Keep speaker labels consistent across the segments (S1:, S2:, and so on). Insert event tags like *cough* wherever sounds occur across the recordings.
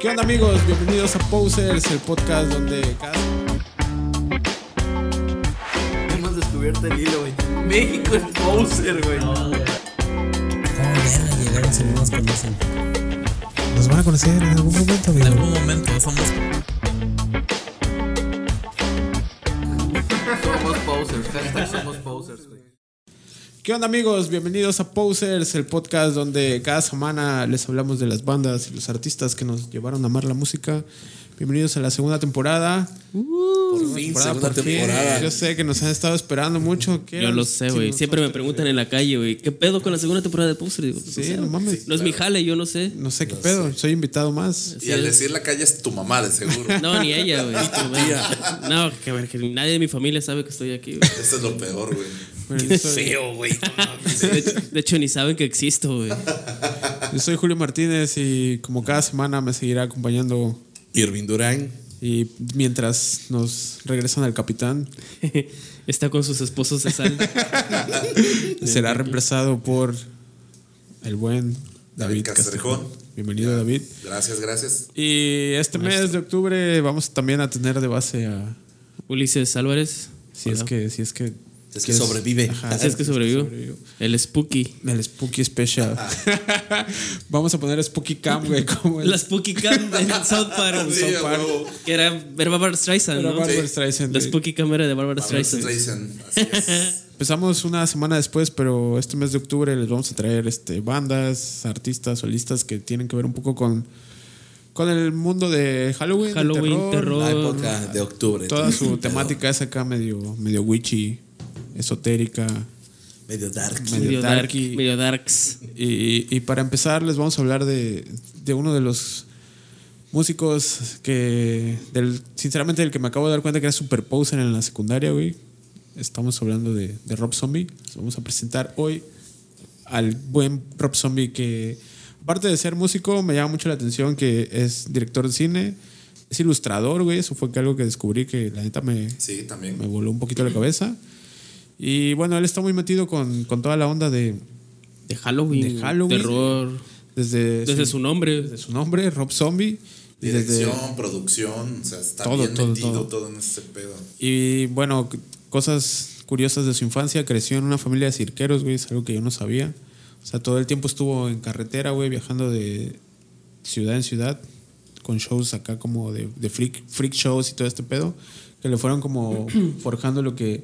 S1: ¿Qué onda amigos? Bienvenidos a Posers, el podcast donde cada...
S2: Hemos descubierto el hilo, güey. México es poser, güey.
S3: ¿Cómo mierda llegaron si no nos conocen?
S1: Nos van a conocer en algún momento,
S3: En
S1: amigo.
S3: algún momento somos.
S2: Somos posers. Hashtag somos posers, güey.
S1: ¿Qué onda amigos? Bienvenidos a Posers, el podcast donde cada semana les hablamos de las bandas y los artistas que nos llevaron a amar la música. Bienvenidos a la segunda temporada.
S4: Por fin, segunda
S1: por fin.
S4: temporada.
S1: Yo sé que nos han estado esperando mucho. ¿Qué
S4: Yo
S1: eran?
S4: lo sé,
S1: Sí,
S4: güey.
S1: no,
S4: Siempre
S1: son-
S4: me preguntan en la calle, güey, ¿qué pedo con la segunda temporada de Poster? Digo, pues,
S1: Sí,
S4: no sé,
S1: no mames.
S4: No es mi jale, yo no sé.
S1: No sé qué pedo, soy invitado más.
S5: Y al decir la calle es tu mamá, de seguro.
S4: No, ni ella, güey. No, que a ver, que nadie de mi familia sabe que estoy aquí, güey.
S5: Eso es lo peor, güey.
S1: Bueno, yo
S5: Qué
S1: soy-
S5: feo, güey. no mames.
S4: De, de hecho, ni saben que existo, güey. *laughs*
S1: Yo soy Julio Martínez y como cada semana me seguirá acompañando
S5: Irving Durán.
S1: y mientras nos regresan al capitán
S4: Está con sus esposos de sal.
S1: *laughs* será reemplazado por el buen David
S5: David
S1: Castrejón.
S5: Castrejón.
S1: Bienvenido David.
S5: Gracias, gracias.
S1: Y este mes de octubre vamos también a tener de base a
S4: Ulises Álvarez.
S1: si
S4: Hola.
S1: es que si es que
S5: Si es que
S1: quieres-
S5: sobrevive.
S1: Ajá,
S4: Así es que sobrevivió. El Spooky.
S1: El Spooky Special. *laughs* vamos a poner Spooky Cam, güey, como el
S4: La Spooky Cam de South Park, güey.
S5: Sí, a huevo.
S4: Que era ver Barbara Streisand,
S1: Era
S4: ¿no?
S1: Barbra Streisand,
S4: La
S1: güey.
S4: Spooky Cam era de Barbara
S5: Barbra
S4: Streisand.
S5: Streisand. Así
S4: *laughs*
S5: es.
S1: Empezamos una semana después, pero este mes de octubre les vamos a traer este, bandas, artistas, solistas que tienen que ver un poco con, con el mundo de Halloween.
S4: Halloween,
S1: Halloween, terror.
S5: La
S4: terror.
S5: época de octubre.
S1: Toda
S5: Todo
S1: su
S5: pedo,
S1: temática es acá medio, medio witchy, esotérica.
S5: Medio dark.
S4: Medio
S1: medio
S4: dark,
S1: darky.
S4: medio darks.
S1: Y, y para empezar les vamos a hablar de, de uno de los músicos que, del, sinceramente, del que me acabo de dar cuenta que era super poser en la secundaria, güey. Estamos hablando de, de Rob Zombie. Les vamos a presentar hoy al buen Rob Zombie que, aparte de ser músico, me llama mucho la atención que es director de cine, es ilustrador, güey. Eso fue que algo que descubrí que la neta me,
S5: Sí,
S1: me
S5: también.
S1: voló un poquito la cabeza. Y bueno, él está muy metido con, con toda la onda de...
S4: De Halloween.
S1: De Halloween.
S4: Terror.
S1: Desde,
S4: Desde su nombre.
S1: desde su nombre, Rob Zombie. y desde-
S5: Dirección, producción. O sea, está
S1: Todo,
S5: bien
S1: todo,
S5: metido
S1: todo.
S5: todo. en ese pedo.
S1: y bueno, c- cosas curiosas de su infancia. Creció en una familia de cirqueros, güey, es algo que yo no sabía. O sea, todo el tiempo estuvo en carretera, güey, viajando de ciudad en ciudad, con shows acá como de, de freak, freak shows y todo este pedo, que le fueron como *clears throat* forjando lo que,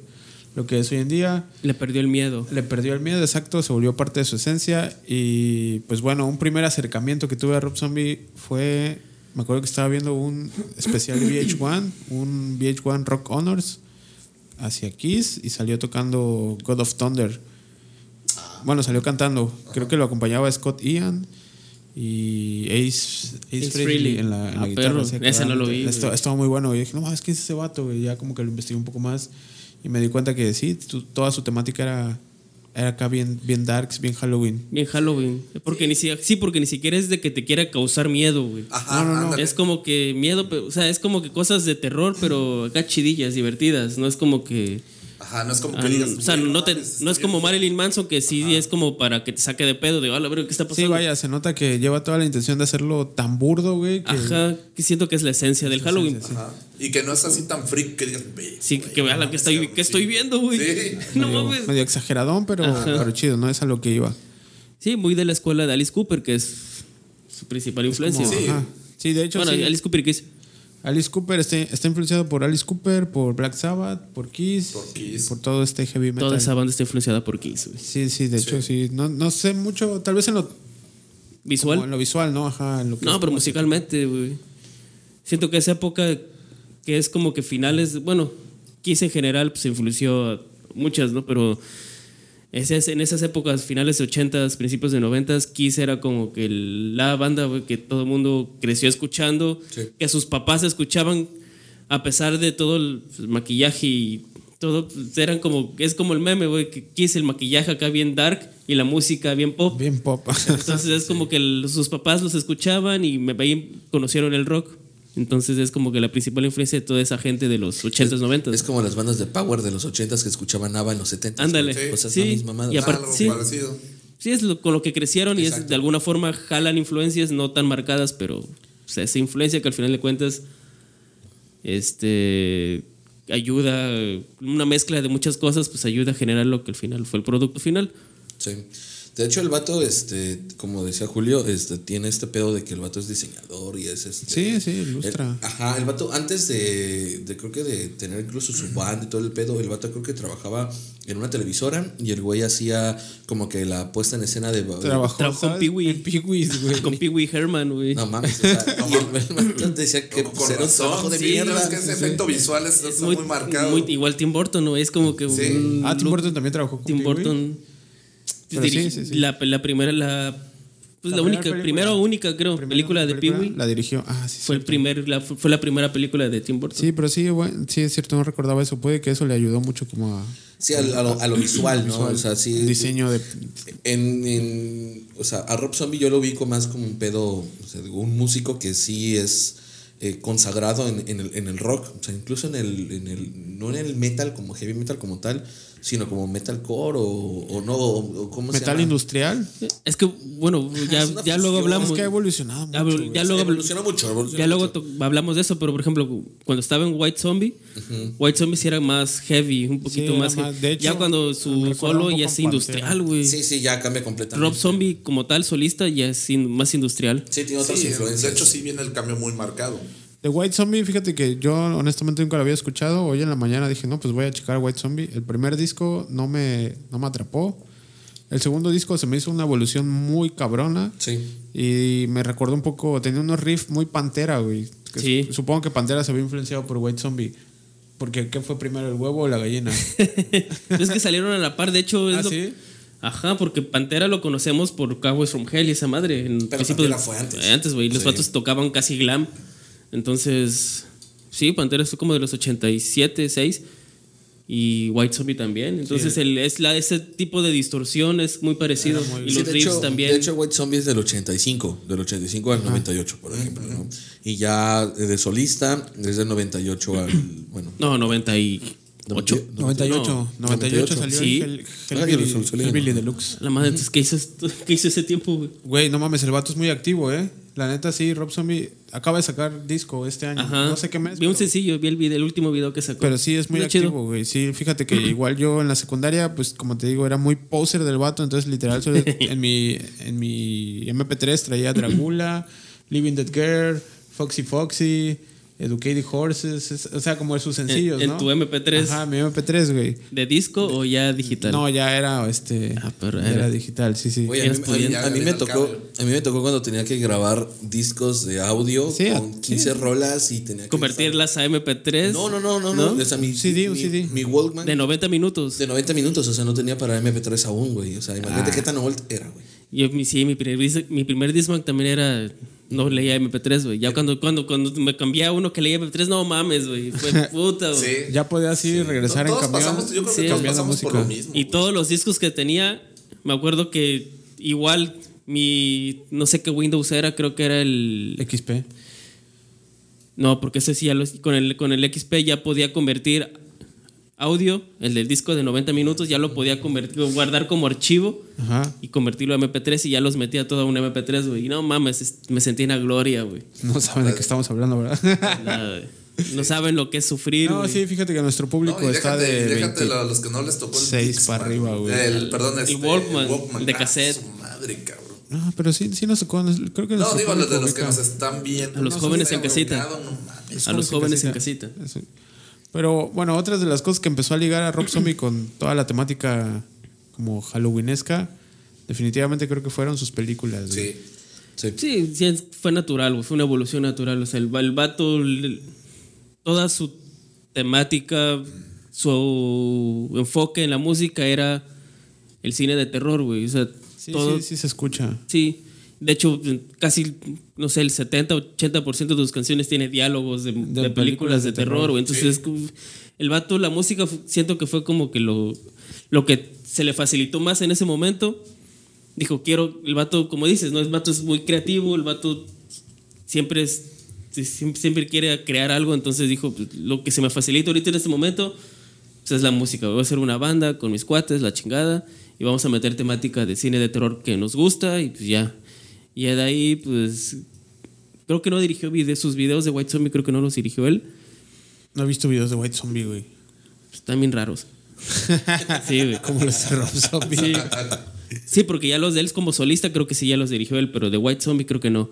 S1: lo que es hoy en día.
S4: Le perdió el miedo.
S1: Le perdió el miedo, exacto, se volvió parte de su esencia. Y pues bueno, un primer acercamiento que tuve a Rob Zombie fue. Me acuerdo que estaba viendo un especial de VH1, un VH1 Rock Honors hacia Kiss y salió tocando God of Thunder. Bueno, salió cantando. Creo que lo acompañaba Scott Ian y Ace, Ace,
S4: Ace
S1: Frehley
S4: Frehley.
S1: en la, en la
S4: Ah,
S1: guitarra.
S4: perro.
S1: así
S4: Ese no lo vi,
S1: claramente. Estaba,
S4: güey.
S1: estaba muy bueno. Y dije, no mames, ¿quién es ese vato? güey? ya como que lo investigué un poco más y me di cuenta que sí, tu- toda su temática era, era acá bien, bien darks, bien Halloween.
S4: Bien Halloween. Porque ni si- sí, porque ni siquiera es de que te quiera causar miedo, güey.
S5: Ajá,
S1: No, no, no.
S5: Ah, ándale.
S4: Es como que miedo, pero- o sea, es como que cosas de terror, pero acá chidillas, divertidas. No es como que.
S5: Ajá, no es como
S4: ah,
S5: que digas.
S4: o sea,
S5: güey,
S4: no, te-
S5: mames,
S4: no es
S5: está
S4: como
S5: bien.
S4: Marilyn Manson, que sí es como para que te saque de pedo. De, hola, bro, ¿qué está
S1: Sí,
S4: pasando?
S1: vaya, se nota que lleva toda la intención de hacerlo tan burdo, güey. que-
S4: Ajá, que siento que es la esencia del Halloween.
S1: sí.
S5: Ajá. Y que no es así tan freak que digas, "Ve,
S4: Sí, que,
S5: güey,
S4: que vea
S5: no
S4: la que
S5: mames,
S4: estoy,
S5: cabrón,
S4: que
S5: sí".
S4: estoy viendo, güey.
S5: Sí.
S4: *laughs* No
S1: medio,
S4: mames.
S1: medio exageradón, pero,
S4: Ajá.
S1: pero chido, ¿no? Es a lo que iba.
S4: Sí, muy de la escuela de Alice Cooper, que es su principal influencia.
S1: Como-
S5: Sí.
S1: ajá. Sí, de hecho,
S4: Bueno,
S1: sí.
S4: Alice Cooper, ¿qué es?
S1: Alice Cooper está, está influenciado por Alice Cooper, por Black Sabbath, por Kiss,
S5: Por Kiss.
S1: por todo este heavy metal.
S4: Toda esa banda está influenciada por Kiss, güey.
S1: Sí, sí, de hecho sí. No, no sé mucho, tal vez en lo, como en
S4: Visual.
S1: lo visual, ¿no? Ajá, en lo que
S4: No,
S1: es
S4: pero
S1: como-
S4: musicalmente, güey. Siento que esa época que es como que finales, bueno, Kiss en general pues influenció a muchas, ¿no? Pero esas- en esas épocas, finales de 80s, principios de 90s, Kiss era como que el- la banda güey, que todo el mundo creció escuchando, que sus papás escuchaban a pesar de todo el maquillaje y todo, pues, eran como, es como el meme, güey, que Kiss el maquillaje acá bien dark y la música bien pop.
S1: Bien pop.
S4: Entonces es como que el- sus papás los escuchaban y me, ahí conocieron el rock. Entonces es como que la principal influencia de toda esa gente de los 80s, 90s.
S6: Es como las bandas de Power de los 80s que escuchaban ABBA en los 70s.
S4: Ándale.
S6: güey. O sea, es
S4: Sí.
S6: la misma madre.
S4: Y aparte-
S5: Algo
S4: sí.
S5: parecido.
S4: sí, es lo- con lo que crecieron y es, de alguna forma jalan influencias no tan marcadas, pero o sea, esa influencia que al final de cuentas este, ayuda, una mezcla de muchas cosas, pues ayuda a generar lo que al final fue el producto final.
S6: Sí. De hecho, el vato, este, como decía Julio, este, tiene este pedo de que el vato es diseñador y es este.
S1: Sí, sí,
S6: el-
S1: ilustra.
S6: ajá, el vato, antes de, de creo que de tener incluso su band y todo el pedo, el vato creo que trabajaba en una televisora y el güey hacía como que la puesta en escena de.
S1: Trabajó,
S4: Trabajó en
S1: ¿sabes?
S4: Pee-wee.
S1: En Pee-wee, güey.
S4: Con Pee Wee Herman, güey.
S6: No mames, o sea,
S1: *laughs*
S6: y el, el vato decía que pues,
S5: Con
S6: era un trabajo
S5: razón,
S6: de
S5: sí,
S6: mierda.
S5: no, es que ese efecto visual es, está muy, marcado.
S4: muy- igual Tim Burton, ¿no? Es como que
S5: Sí.
S4: un
S1: Ah, Tim
S4: look-
S1: Burton también trabajó con
S4: Tim
S1: Pee-wee.
S4: Burton.
S1: Pero
S4: dirigi-
S1: sí, sí, sí.
S4: pues, La, la primera, la. Pues la,
S1: primera
S4: única,
S1: película.
S4: primera o única, creo,
S1: Primera
S4: película de Pee
S1: película
S4: Wee.
S1: La dirigió. Ah, sí,
S4: Fue, el
S1: cierto.
S4: primer, la, fue la primera película de Tim Burton.
S1: Sí, pero sí, bueno, sí, es cierto, no recordaba eso. Puede que eso le ayudó mucho como a.
S6: Sí, a, lo- a lo, a lo visual, ¿no?
S1: visual,
S6: O sea, sí.
S1: el diseño de.
S6: En, en- o sea, a Rob Zombie yo lo ubico más como un pedo, o sea, digo, un músico que sí es eh, consagrado en, en el, en el rock, o sea, incluso en el, en el, no en el metal como heavy metal como tal, sino como metalcore o, o no, o, o cómo
S1: Metal
S6: se llama.
S1: industrial.
S4: Es que, bueno, ya,
S6: es una
S4: ya luego
S6: fusión.
S4: hablamos.
S1: Es que ha evolucionado
S4: Ya,
S1: mucho. güey.
S4: ya luego,
S6: Evoluciona mucho, evoluciona
S4: ya luego
S6: mucho.
S4: to- hablamos de eso, pero por ejemplo, cuando estaba en White Zombie, White Zombie sí era más heavy, un poquito
S1: era
S4: más.
S1: más-
S4: heavy.
S1: de hecho,
S4: ya cuando
S1: me
S4: su
S1: recuerda un
S4: solo
S1: poco
S4: ya
S1: a
S4: es
S1: Pantera.
S4: industrial, güey.
S6: Sí, sí, ya cambia completamente.
S4: Rob Zombie, como tal, solista, ya es in- más
S6: *laughs*
S4: industrial.
S6: Sí, tiene otras
S5: Sí,
S6: influencias.
S5: de hecho, sí viene el cambio muy marcado.
S1: The White Zombie, fíjate que yo honestamente nunca lo había escuchado. Hoy en la mañana dije, no, pues voy a checar White Zombie. El primer disco no me, no me atrapó. El segundo disco se me hizo una evolución muy cabrona.
S6: Sí.
S1: Y me recordó un poco, tenía unos riffs muy Pantera, güey. Que
S4: Sí.
S1: su- Supongo que Pantera se había influenciado por White Zombie. Porque ¿qué fue primero, el huevo o la gallina?
S4: es que salieron a la par, de hecho. Es
S1: ¿Ah,
S4: Pues lo-
S1: sí?
S4: Ajá, porque Pantera lo conocemos por Cowboys from Hell y esa madre. En principio
S6: Pantera
S4: del-
S6: fue antes.
S4: Antes, güey. Los
S6: Sí.
S4: vatos tocaban casi glam. Entonces, sí, Pantera fue como de los 87, 6. Y White Zombie también. Entonces, el, es la, ese tipo de distorsión es muy parecido. Y
S6: Sí,
S4: los
S6: de
S4: riffs
S6: hecho,
S4: también.
S6: De hecho, White Zombie es del 85, del 85 al 98, por ejemplo, ¿no? Y ya eh, de solista, desde el 98 al. Bueno.
S4: no, 98.
S1: 98. 98,
S6: 98.
S1: salió
S4: Sí.
S1: el, el,
S6: Ah, yo lo
S1: Hellbilly-
S6: solía,
S1: Hellbilly
S6: ¿no?
S1: Deluxe.
S4: La madre, entonces, ¿qué hizo, esto- *laughs* ¿qué hizo ese tiempo, güey?
S1: Güey, no mames, el vato es muy activo, ¿eh? La neta, sí, Rob Zombie acaba de sacar disco este año.
S4: Ajá.
S1: No sé qué mes.
S4: Vi un
S1: pero-
S4: sencillo, vi el, video, el último video que sacó.
S1: Pero sí, es muy
S4: Está chido.
S1: activo, güey. Sí, fíjate
S4: *clears throat*
S1: que igual yo en la secundaria, pues como te digo, era muy poser del vato. Entonces, literal,
S4: *laughs*
S1: solo en, mi, en mi MP3 traía
S4: *clears throat*
S1: Dragula, Living Dead Girl, Foxy Foxy, Educated Horses. es- o sea, como sus sencillos,
S4: en
S1: ¿no?
S4: tu MP3.
S1: Ajá, mi MP3, güey.
S4: ¿De disco o ya digital?
S1: No, ya era este.
S4: Ah, pero
S1: ya era.
S4: era-
S1: digital, sí, sí.
S6: Oye, a mí,
S4: Eras pudiente.
S6: a mí- a mí me tocó, a mí me tocó cuando tenía que grabar discos de audio
S1: Sí, a-
S6: con 15 rolas y tenía que.
S4: Convertirlas a MP3
S6: No, no, no, no, no.
S4: ¿No?
S6: O sea, mi,
S1: CD, un
S6: mi-
S1: CD.
S6: mi Walkman
S4: de
S6: de,
S4: 90 minutos.
S6: 90 minutos, o sea, no tenía para MP3 aún, güey. O sea,
S1: Ah.
S6: imagínate qué tan old era, güey.
S4: Yo, mi- sí, mi primer, dis- mi primer Discman también era. No leía MP3, güey. Ya cuando, cuando, cuando me cambié a uno que leía MP3, no mames, güey.
S6: *laughs*
S4: Fue puta, güey.
S5: Sí.
S1: Ya podías ir regresar
S5: todos
S1: en camión.
S5: pasamos, yo creo
S4: Sí.
S5: que todos
S1: Cambiando
S5: pasamos por
S1: música.
S5: lo mismo.
S4: Y todos los discos que tenía, me acuerdo que igual mi. No sé qué Windows era, creo que era el.
S1: XP.
S4: No, porque ese sí ya lo- con, el, con el XP ya podía convertir audio, el del disco de 90 minutos, ya lo podía convertir, guardar como archivo
S1: Ajá.
S4: y convertirlo a MP3 y ya los metía todo a un MP3, güey. Y no mames, es- me sentí en la gloria, güey.
S1: No saben de qué estamos hablando, ¿verdad? *laughs*
S4: Nada, güey. No saben lo que es sufrir,
S1: no,
S4: güey.
S1: sí, fíjate que nuestro
S5: No, y
S1: público está
S5: déjate-
S1: de.
S5: y déjate
S1: 20.
S5: a los que no les tocó el
S1: seis
S5: Discman.
S1: para arriba, güey.
S5: El, perdón, este,
S4: Walkman, de
S5: Ah,
S4: cassette.
S5: su madre, cabrón.
S1: No, pero sí, sí nos tocó. nos- Creo que
S5: No,
S1: nuestro
S5: digo a los de los que
S1: público
S5: nos
S1: ubica-
S5: están viendo.
S4: A los
S5: No,
S4: jóvenes
S5: sí,
S4: en casita.
S5: obligado, no mames.
S4: A los jóvenes en casita.
S1: Eso. Pero bueno, otras de las cosas que empezó a ligar a Rob
S5: *clears throat*
S1: Zombie con toda la temática como halloweenesca, definitivamente creo que fueron sus películas. güey.
S5: Sí.
S6: Sí.
S4: Sí, sí, es- fue natural, güey, fue una evolución natural. O sea, el, el vato, el- toda su temática, su enfoque en la música era el cine de terror, güey. O sea,
S1: Sí,
S4: todo,
S1: sí, sí se escucha.
S4: Sí. De hecho, casi, no sé, el 70, 80% de tus canciones tiene diálogos de, de películas, de, terror, güey. Entonces, cu- el vato, la música, fu- siento que fue como que lo, lo que se le facilitó más en ese momento. Dijo, quiero, el vato, como dices, ¿no? El vato es muy creativo, el vato siempre es, si- siem- siempre quiere crear algo. Entonces dijo, "Pues, lo que se me facilita ahorita en este momento, pues, es la música. Voy a hacer una banda con mis cuates, la chingada, y vamos a meter temática de cine de terror que nos gusta y pues ya. Y ya de ahí, pues, Creo que no dirigió vide- sus videos de White Zombie, creo que no los dirigió él. Pues,
S1: No he visto videos de White Zombie, güey.
S4: Están bien raros. *laughs* Sí, güey.
S1: Como los de Rob Zombie.
S5: *laughs*
S4: Sí. Sí, porque ya los de él como solista creo que sí ya los dirigió él, pero de White Zombie creo que no.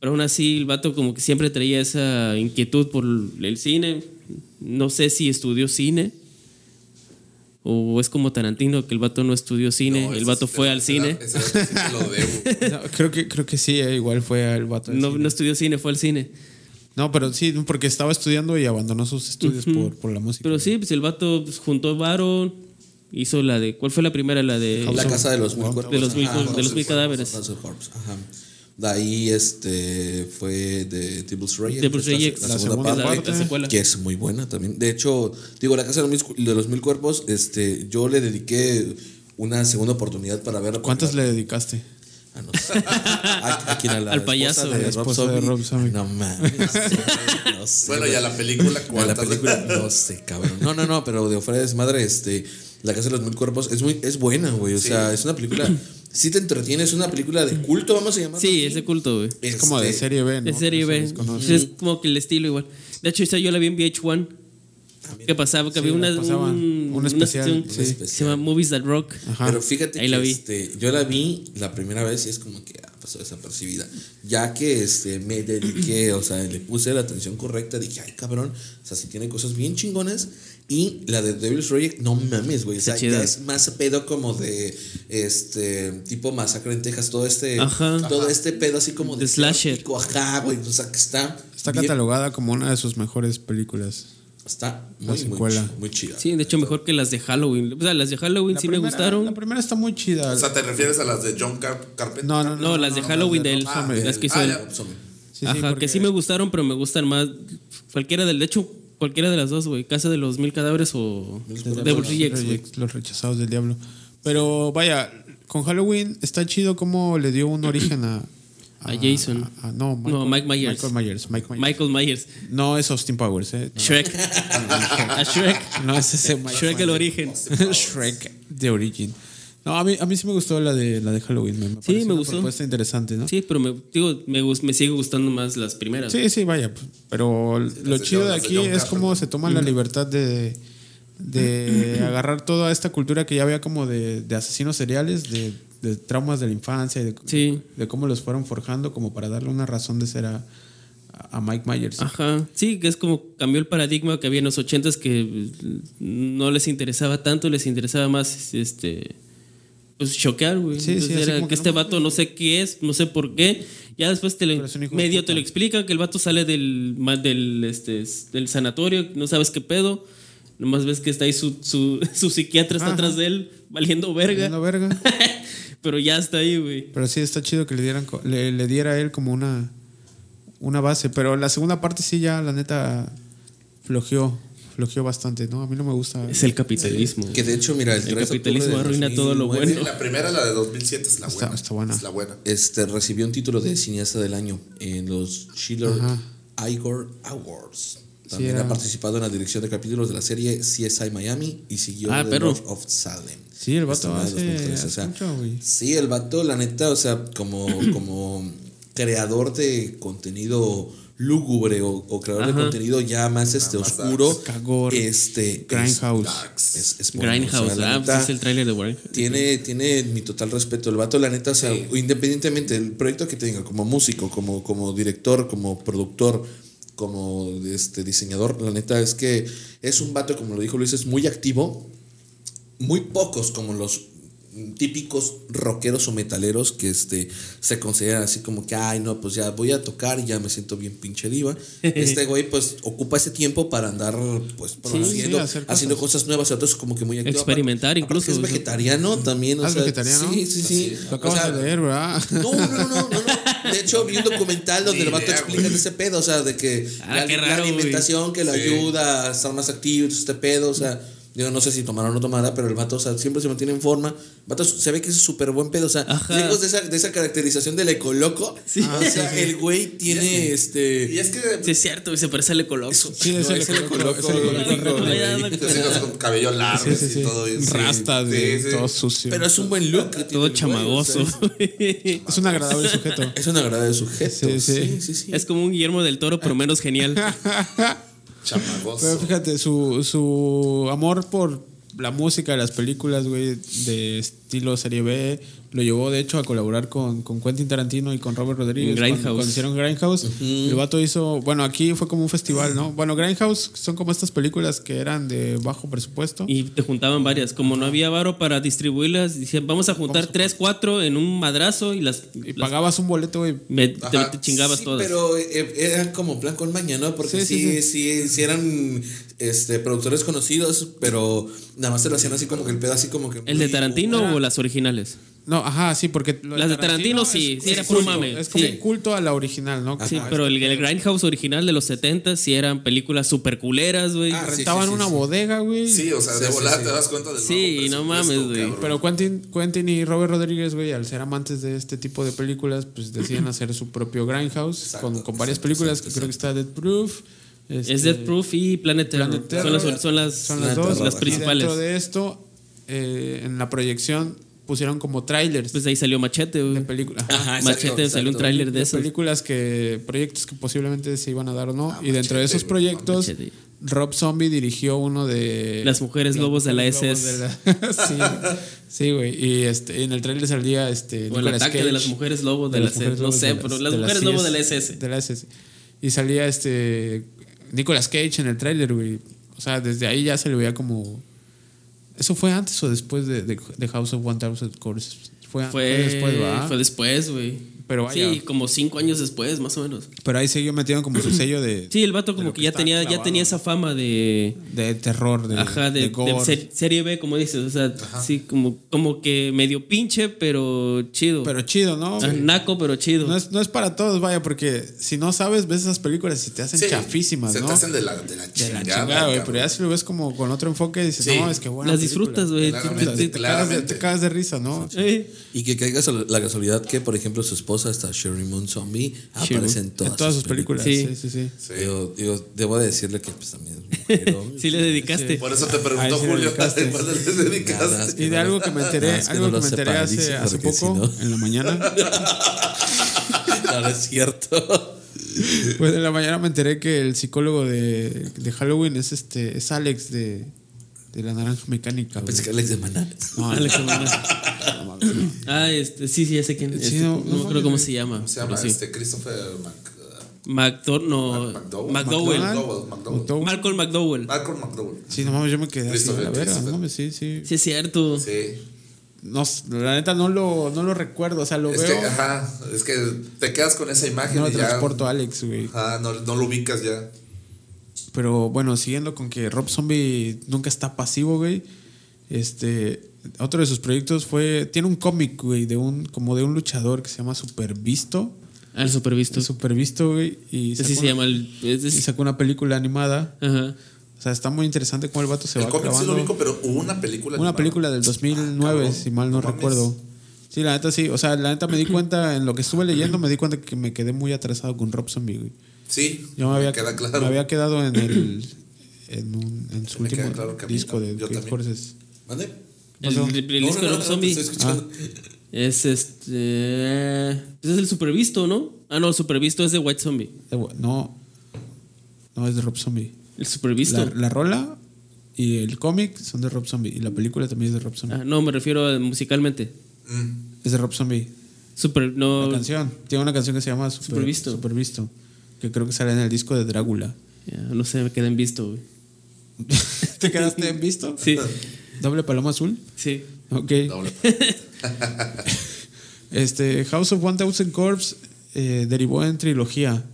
S4: Pero aún así el vato como que siempre traía esa inquietud por el cine. No sé si estudió cine o es como Tarantino que el vato no estudió cine,
S5: No,
S4: el
S5: ese
S4: vato
S5: sí te
S4: fue
S5: lo-
S4: al
S5: ese
S4: cine.
S5: dato- ese dato sí te lo debo.
S1: No, creo, que, creo que sí, eh, igual fue el vato. del
S4: No,
S1: cine.
S4: no estudió cine, fue al cine.
S1: No, pero sí, porque estaba estudiando y abandonó sus estudios por, por la música.
S4: Pero sí, pues el vato pues, juntó varo, hizo la de... ¿Cuál fue la primera? La de...
S6: La casa de los mil
S1: House
S6: cuerpos.
S4: of- de los mil-
S6: Ajá,
S4: de los
S6: House
S4: mil
S6: of
S4: cadáveres.
S6: Corpse, House of Corpse, ajá. De ahí este, fue de Devil's Reject.
S4: Devil's
S6: que es la-
S4: Reject,
S6: la,
S1: la
S6: segunda
S1: segunda
S6: parte,
S1: parte. La
S4: secuela.
S6: Que es muy buena también. De hecho, digo, La Casa de los Mil, de los Mil Cuerpos, este, yo le dediqué una segunda oportunidad para verla.
S1: ¿Cuántas le dedicaste?
S6: Ah, no sé. ¿A, a quién? A la
S4: Al
S6: esposa
S4: payaso.
S6: de
S1: A la
S6: Rob
S1: esposa de
S6: Zombie.
S1: Rob Zombie.
S6: No mames. no sé,
S5: Bueno,
S6: güey.
S5: y a
S1: *laughs*
S5: la película,
S6: A la
S5: ¿cuántas?
S6: película, no sé, cabrón. No, no, no, pero de fuera de desmadre, este, La Casa de los Mil Cuerpos es, muy, es buena, güey. O sea, es una película, sí te entretiene, es una película de culto, vamos a Este, llamarla.
S4: Sí, ese culto, güey.
S1: Es como de serie B, ¿no?
S4: De serie
S1: Que se
S4: B.
S1: desconoce.
S4: Es como que el estilo igual. De hecho, esa yo la vi en VH1. ¿Qué pasaba?
S1: Sí,
S4: Que había
S1: la
S4: una,
S1: pasaban.
S4: un,
S1: Un
S4: una
S1: especial,
S4: sección
S1: sí.
S4: que se llama Movies That Rock.
S1: Ajá.
S6: Pero fíjate
S4: Ah, Ahí
S6: que
S4: la vi.
S6: este, yo la vi la primera vez y es como que ah, pasó desapercibida. Ya que este, me dediqué, o sea, le puse la atención correcta, dije, ay cabrón, o sea, si tiene cosas bien chingonas. Y la de Devil's Reject, no mames, güey. O sea,
S4: Está chida.
S6: ya es más pedo como de este tipo masacre en Texas, todo este,
S4: Ajá.
S6: todo este pedo así como
S4: De slasher.
S6: tráfico, Ajá, güey. O sea, que está.
S1: Está
S6: bien-
S1: catalogada como una de sus mejores películas.
S6: Está
S1: La
S6: muy, muy,
S1: secuela.
S6: chi- muy chida.
S4: Sí, de hecho, mejor que las de Halloween. O sea, las de Halloween sí me
S1: La
S4: gustaron.
S1: primera está muy chida.
S5: O sea, ¿te refieres a las de John Car- Carpenter?
S1: no, no, no,
S4: No, las de Halloween de él.
S1: Rob Zombie.
S4: Las que hizo
S5: Ah,
S4: él.
S5: ya.
S6: Rob Zombie.
S1: eh, Sí, sí,
S4: Ajá,
S1: porque
S4: que sí me gustaron, pero me gustan más. Cualquiera del. De hecho, cualquiera de las dos, güey. Casa de los Mil Cadáveres o
S1: desde
S4: Devil
S1: los
S4: Rejects, güey.
S1: Rejects, Los rechazados del diablo. Pero vaya, con Halloween está chido cómo le dio un origen a...
S4: A Jason.
S1: a- a- no,
S4: No, Mike Myers.
S1: Michael Myers. Mike Myers.
S4: Michael Myers.
S1: No es Austin Powers, ¿eh? No.
S4: Shrek. *laughs* A Shrek.
S1: No, es ese Mike
S4: Shrek el
S1: Myers.
S4: origen.
S1: Shrek de Origin. No, a mí, a mí sí me gustó la de, la de Halloween. Me, me pareció
S4: me
S1: una
S4: gustó.
S1: propuesta interesante, ¿no?
S4: Sí, pero me, digo, me, gus- me sigue gustando más las primeras.
S1: Sí, sí, vaya. p- Pero lo
S5: de
S1: chido
S5: John-
S1: de
S5: las de
S1: aquí
S5: John
S1: es cómo
S5: Carpenter.
S1: se toman la libertad de,
S4: *clears throat*
S1: de agarrar toda esta cultura que ya había como de, de asesinos seriales, de, de traumas de la infancia y de,
S4: Sí.
S1: de cómo los fueron forjando como para darle una razón de ser a, a Mike Myers.
S4: Ajá, sí, que es como cambió el paradigma que había en los ochentas que eh, no les interesaba tanto, les interesaba más este pues choquear, güey.
S1: Sí,
S4: Entonces
S1: sí, así
S4: era
S1: como
S4: que
S1: que
S4: este
S1: no
S4: vato no sé qué es, no sé por qué. Ya después te lo,
S1: Pero es un hijo de
S4: medio
S1: puta.
S4: te lo explican que el vato sale del ma- del este s- del sanatorio, no sabes qué pedo. Nomás ves que está ahí su, su, *laughs* su psiquiatra está
S1: Ajá.
S4: atrás de él, valiendo verga.
S1: Valiendo verga.
S4: Pero ya está ahí, güey.
S1: Pero sí, está chido que le, dieran, co- le, le diera a él como una, una base. Pero la segunda parte sí ya, la neta, flojeó. Flojeó bastante, ¿no? A mí no me gusta.
S4: Es el capitalismo.
S6: Que de hecho, mira, el,
S4: El
S6: 3 de octubre
S4: capitalismo
S6: del
S4: arruina todo lo
S6: 2009,
S4: bueno.
S5: Sí, La primera, la de 2007, es la
S1: Está-
S5: buena.
S1: está buena.
S5: Es la buena.
S6: este, recibió un título de cineasta del año en los Schiller
S1: Ajá.
S6: Igor Awards. También
S1: era-
S6: ha participado en la dirección de capítulos de la serie CSI Miami y siguió
S4: Ah,
S6: The
S4: perro.
S6: Lord of Salem.
S1: Sí, el vato
S6: Estrenada en
S1: hace-
S6: 2013, o sea,
S1: hace mucho, güey.
S6: sí, el vato, la neta, o sea, como,
S1: *clears throat*
S6: como creador de contenido lúgubre o, o creador de contenido ya más este oscuro.
S1: Cagor.
S6: Este.
S1: Grindhouse.
S6: Es, es, es bueno, o sea,
S4: Grindhouse,
S6: la
S4: ah, pues
S6: neta,
S4: es el tráiler de Warren.
S6: tiene, tiene mi total respeto. El vato, la neta, o sea, independientemente del proyecto que tenga, como músico, como, como director, como productor, como este, diseñador, la neta es que es un vato, como lo dijo Luis, es muy activo. Muy pocos, como los típicos rockeros o metaleros que este, se consideran así como que, ay, no, pues ya voy a tocar y ya me siento bien pinche diva. Este güey, pues, ocupa ese tiempo para andar, pues, produciendo,
S1: hacer cosas.
S6: haciendo cosas nuevas. Entonces, como que muy activo.
S4: Experimentar
S6: Aparte- aparte
S4: incluso,
S6: es
S4: o sea,
S6: vegetariano también. o
S1: ¿Ah, es
S6: sea,
S1: vegetariano?
S6: Sí, sí, sí.
S1: Lo
S6: O
S1: acabas
S6: sea,
S1: de leer, ¿verdad?
S6: No, no, no, no, no. De hecho, vi un documental donde
S5: Ni
S6: el vato
S5: idea,
S6: explica
S5: güey.
S6: ese pedo, o sea, de que
S4: Ah,
S6: la,
S4: qué
S6: la
S4: raro, güey.
S6: alimentación que le
S5: Sí.
S6: ayuda a estar más activo, y todo este pedo, o sea, Digo, no sé si tomara o no tomara, pero el vato, o sea, siempre se mantiene en forma. El vato se ve que es súper buen pedo. O sea,
S4: Ajá.
S6: lejos de esa, de esa caracterización del ecoloco. o
S1: Ah,
S6: sea, el güey tiene este.
S5: Y es que
S2: Sí, es cierto, güey, se parece al Ecoloco.
S1: Sí, es el ecoloco, es el ecoloco
S4: Ay,
S1: reto, güey.
S4: ya me-
S5: Entonces, los con cabello largo
S1: Sí, sí, sí.
S5: y todo eso.
S1: Rastas,
S5: Sí,
S1: güey,
S5: sí.
S1: todo sucio.
S6: Pero es un buen look. que tiene
S4: Todo
S6: el güey,
S4: chamagoso.
S6: o sea,
S1: es un agradable sujeto.
S6: es un agradable sujeto.
S1: Sí,
S6: Sí,
S1: sí.
S6: sí, sí.
S4: Es como un Guillermo del Toro, pero menos genial.
S1: Pero
S4: Pues,
S5: Chamagoso.
S1: fíjate, su, su amor por la música, las películas, güey, de estilo serie B, lo llevó de hecho a colaborar con, con Quentin Tarantino y con Robert Rodríguez.
S4: En Grindhouse.
S1: Cuando, cuando hicieron Grindhouse, el vato hizo, bueno, aquí fue como un festival, ¿no? Bueno, Grindhouse son como estas películas que eran de bajo presupuesto.
S4: Y te juntaban varias. Como no había varo para distribuirlas, decían, vamos a juntar tres, cuatro en un madrazo y las.
S1: Y
S4: las-
S1: pagabas un boleto, güey.
S4: me- te,
S5: Ajá.
S4: te chingabas
S6: Sí,
S4: todas.
S6: Pero eh, era como plan con mañana, porque
S1: Sí, sí,
S6: sí, sí, sí, eran este, productores conocidos, pero nada más te lo hacían así como que el pedo, así como que.
S4: ¿El de
S6: muy-
S4: Tarantino
S6: era-
S4: o las originales?
S1: No, ajá, sí, porque... lo
S4: Las de Tarantino, sí,
S1: es-
S4: sí,
S1: es
S4: era puro
S1: culto,
S4: mame,
S1: Es como
S4: sí.
S1: un culto a la original, ¿no?
S4: Sí,
S1: Como
S4: pero el, el Grindhouse original de los 70 sí eran películas super culeras, güey.
S6: Ah, sí,
S1: Estaban
S6: sí, sí,
S1: una
S6: sí.
S1: bodega, güey.
S5: Sí, o sea, de
S6: Sí, sí,
S5: volada
S6: sí.
S5: te das cuenta del
S4: Sí,
S5: bajo
S4: no mames,
S5: presupuesto,
S4: güey.
S5: cabrón.
S1: Pero Quentin, Quentin y Robert Rodríguez, güey, al ser amantes de este tipo de películas, pues deciden
S6: *clears throat*
S1: hacer su propio Grindhouse
S6: Exacto,
S1: con, con varias
S6: exacto,
S1: películas
S6: exacto,
S1: que creo que está Dead Proof. este,
S4: es Death Proof y Planet Terror.
S1: Planet
S4: son, las,
S1: Terror,
S4: son las,
S1: Son las dos.
S4: las
S1: Y
S4: principales.
S1: Dentro de esto, eh, en la proyección pusieron como trailers
S4: Pues ahí salió Machete, güey.
S1: de películas. Ajá.
S6: Ajá,
S4: Machete
S6: exacto,
S4: salió un
S6: exacto.
S4: tráiler de
S1: De
S4: eso.
S1: películas que. proyectos que posiblemente se iban a dar o no. y dentro de esos proyectos,
S4: Machete.
S1: Rob Zombie dirigió uno de.
S4: Las mujeres lobos de la
S1: Lobos
S4: SS.
S1: de la- *laughs* sí, sí, güey. Y este, en el trailer salía este.
S4: O el
S1: Nicolas
S4: ataque
S1: Cage.
S4: de las mujeres lobo de,
S1: De
S4: la
S1: las
S4: SS.
S1: mujeres
S4: No
S1: lobos
S4: sé,
S1: de
S4: pero
S1: las-
S4: las
S1: de
S4: mujeres lobo
S1: CS,
S4: de la SS.
S1: De la SS. Y salía este. Nicolas Cage en el tráiler, güey. O sea, desde ahí ya se le veía como. ¿Eso fue antes o después de, de- de House of 1000 Corpses? Fue, fue
S4: Fue
S1: después, ¿va?
S4: Fue después, güey.
S1: Pero vaya.
S4: Sí, como cinco años después, más o menos.
S1: Pero ahí siguió metiendo como
S4: *clears throat*
S1: su sello de,
S4: Sí, el vato como
S1: lo
S4: que,
S1: que
S4: ya
S1: está
S4: tenía, ya
S1: clavado.
S4: tenía esa fama de.
S1: de terror, de,
S4: Ajá,
S1: de
S4: de, de
S1: gore.
S4: ser- serie B, como dices. O sea, sí, como, como que medio pinche, pero chido.
S1: Pero chido, ¿no?
S4: Ah, naco, pero chido.
S1: No es, no es para todos, vaya, porque si no sabes, ves esas películas y te hacen
S5: Sí,
S6: uh,
S1: chafísimas,
S5: Se
S1: ¿no?
S5: te hacen de la, de la
S1: de
S5: chingada.
S1: la chingada, güey.
S5: cabrón.
S1: Pero ya si lo ves como con otro enfoque, dices,
S5: Sí.
S1: no, es que bueno.
S4: Las disfrutas, güey.
S5: Claramente,
S4: Sí, sí,
S1: Te cagas, de,
S5: claramente.
S1: te cagas de risa, ¿no?
S4: Eh,
S6: Y que caiga sol- la casualidad que, por ejemplo, su esposa, esta Sherry Moon Zombie, aparece en todas,
S1: en todas sus películas. Sí, sí, sí.
S5: Sí.
S6: Digo, digo, debo decirle que pues, también es mujer,
S4: *laughs*
S6: obvio.
S4: Sí le dedicaste.
S5: Por eso te
S1: Ahí
S5: preguntó
S1: sí le
S5: Julio
S1: dedicaste.
S5: cuándo le
S6: Nada, es
S5: dedicaste.
S6: que
S1: Y de
S6: no-
S1: algo que me enteré,
S6: nada, es que
S1: algo
S6: no
S1: que
S6: lo
S1: me enteré
S6: sepa,
S1: hace,
S6: dice,
S1: hace
S6: porque si
S1: poco,
S6: no- *laughs*
S1: en la mañana.
S5: *laughs*
S6: no, no es cierto.
S1: Pues en la mañana me enteré que el psicólogo de, de Halloween es este es Alex de, de la naranja
S5: Ah,
S1: mecánica.
S5: pues
S1: güey.
S6: Pensé que Alex de Maná.
S1: No, Alex de Maná. *laughs*
S4: Ah, este, sí, sí, ya sé quién.
S1: Sí,
S4: este,
S1: no,
S4: no,
S1: no,
S4: me acuerdo cómo se
S5: ¿Cómo
S4: llama.
S5: se llama?
S4: pero sí.
S5: Este Christopher Mac- uh,
S4: McDor- no,
S5: McDowell.
S4: McDowell.
S5: McDowell. McDowell.
S1: Todo-
S4: Malcolm McDowell.
S5: Malcolm McDowell.
S1: Sí, no mames, yo me quedé así, a
S5: Christopher,
S1: la verga, no
S5: Christopher.
S1: mames, sí, sí.
S4: Sí, es cierto.
S5: Sí.
S1: No, s- la neta no lo, no lo recuerdo, o sea, lo
S5: Es
S1: veo.
S5: que, ajá, es que te quedas con esa imagen
S1: no lo
S5: y ya.
S1: transporto a Alex, güey.
S5: Ajá, no, no lo ubicas ya.
S1: Pero bueno, siguiendo con que Rob Zombie nunca está pasivo, güey. Este, otro de sus proyectos fue tiene un cómic, güey, de un como de un luchador que se llama Supervisto.
S4: Ah, el supervisto.
S1: Supervisto, güey, y
S4: Ese
S1: sacó
S4: sí se
S1: una-
S4: llama el. ese
S1: y
S4: sí-
S1: sacó una película animada.
S4: Ajá.
S1: O sea, está muy interesante cómo el vato se
S5: el
S1: va
S5: cómic sí lo
S1: clavando.
S5: ubico, pero hubo una película.
S1: Una
S5: animada.
S1: película del 2009,
S5: Ah, cabrón,
S1: si mal no,
S5: no mames.
S1: recuerdo. Sí, la neta sí. O sea, la neta me di cuenta, en lo que estuve leyendo, me di cuenta que me quedé muy atrasado con Rob Zombie, güey.
S5: Sí,
S1: Yo me había,
S5: queda claro.
S1: me había quedado en el. En, un- en su
S5: Me queda
S1: último
S5: claro que a mí
S1: disco
S5: no.
S1: de
S5: Yo
S1: Great
S5: también.
S1: Horses.
S6: ¿Mande?
S4: El,
S1: pasó?
S4: el- el
S6: No,
S4: disco
S6: no,
S4: de
S6: no,
S4: Rob
S6: no,
S4: Zombie
S6: te estoy escuchando.
S4: es este. pues es el supervisto, ¿no? Ah, no, el supervisto es de White Zombie.
S1: Eh, bu- No. No, es de Rob Zombie.
S4: El
S1: La,
S4: supervisto.
S1: la rola y el cómic son de Rob Zombie. Y la película también es de Rob Zombie.
S4: Ah, no, me refiero a musicalmente.
S1: Ah.
S4: *laughs*
S5: Mm,
S1: Es de Rob Zombie.
S4: Super,
S1: La
S4: no,
S1: canción. Tiene una canción que se llama Super-
S4: Oh. Supervisto.
S1: Supervisto. Que creo que sale en el disco de Drácula.
S4: ya, no sé, me quedé en visto, güey.
S1: ¿Te quedaste en visto?
S4: Sí,
S1: Doble paloma azul.
S4: sí.
S1: Ok.
S5: doble.
S1: Este, House of 1000 Corps eh, derivó en trilogía.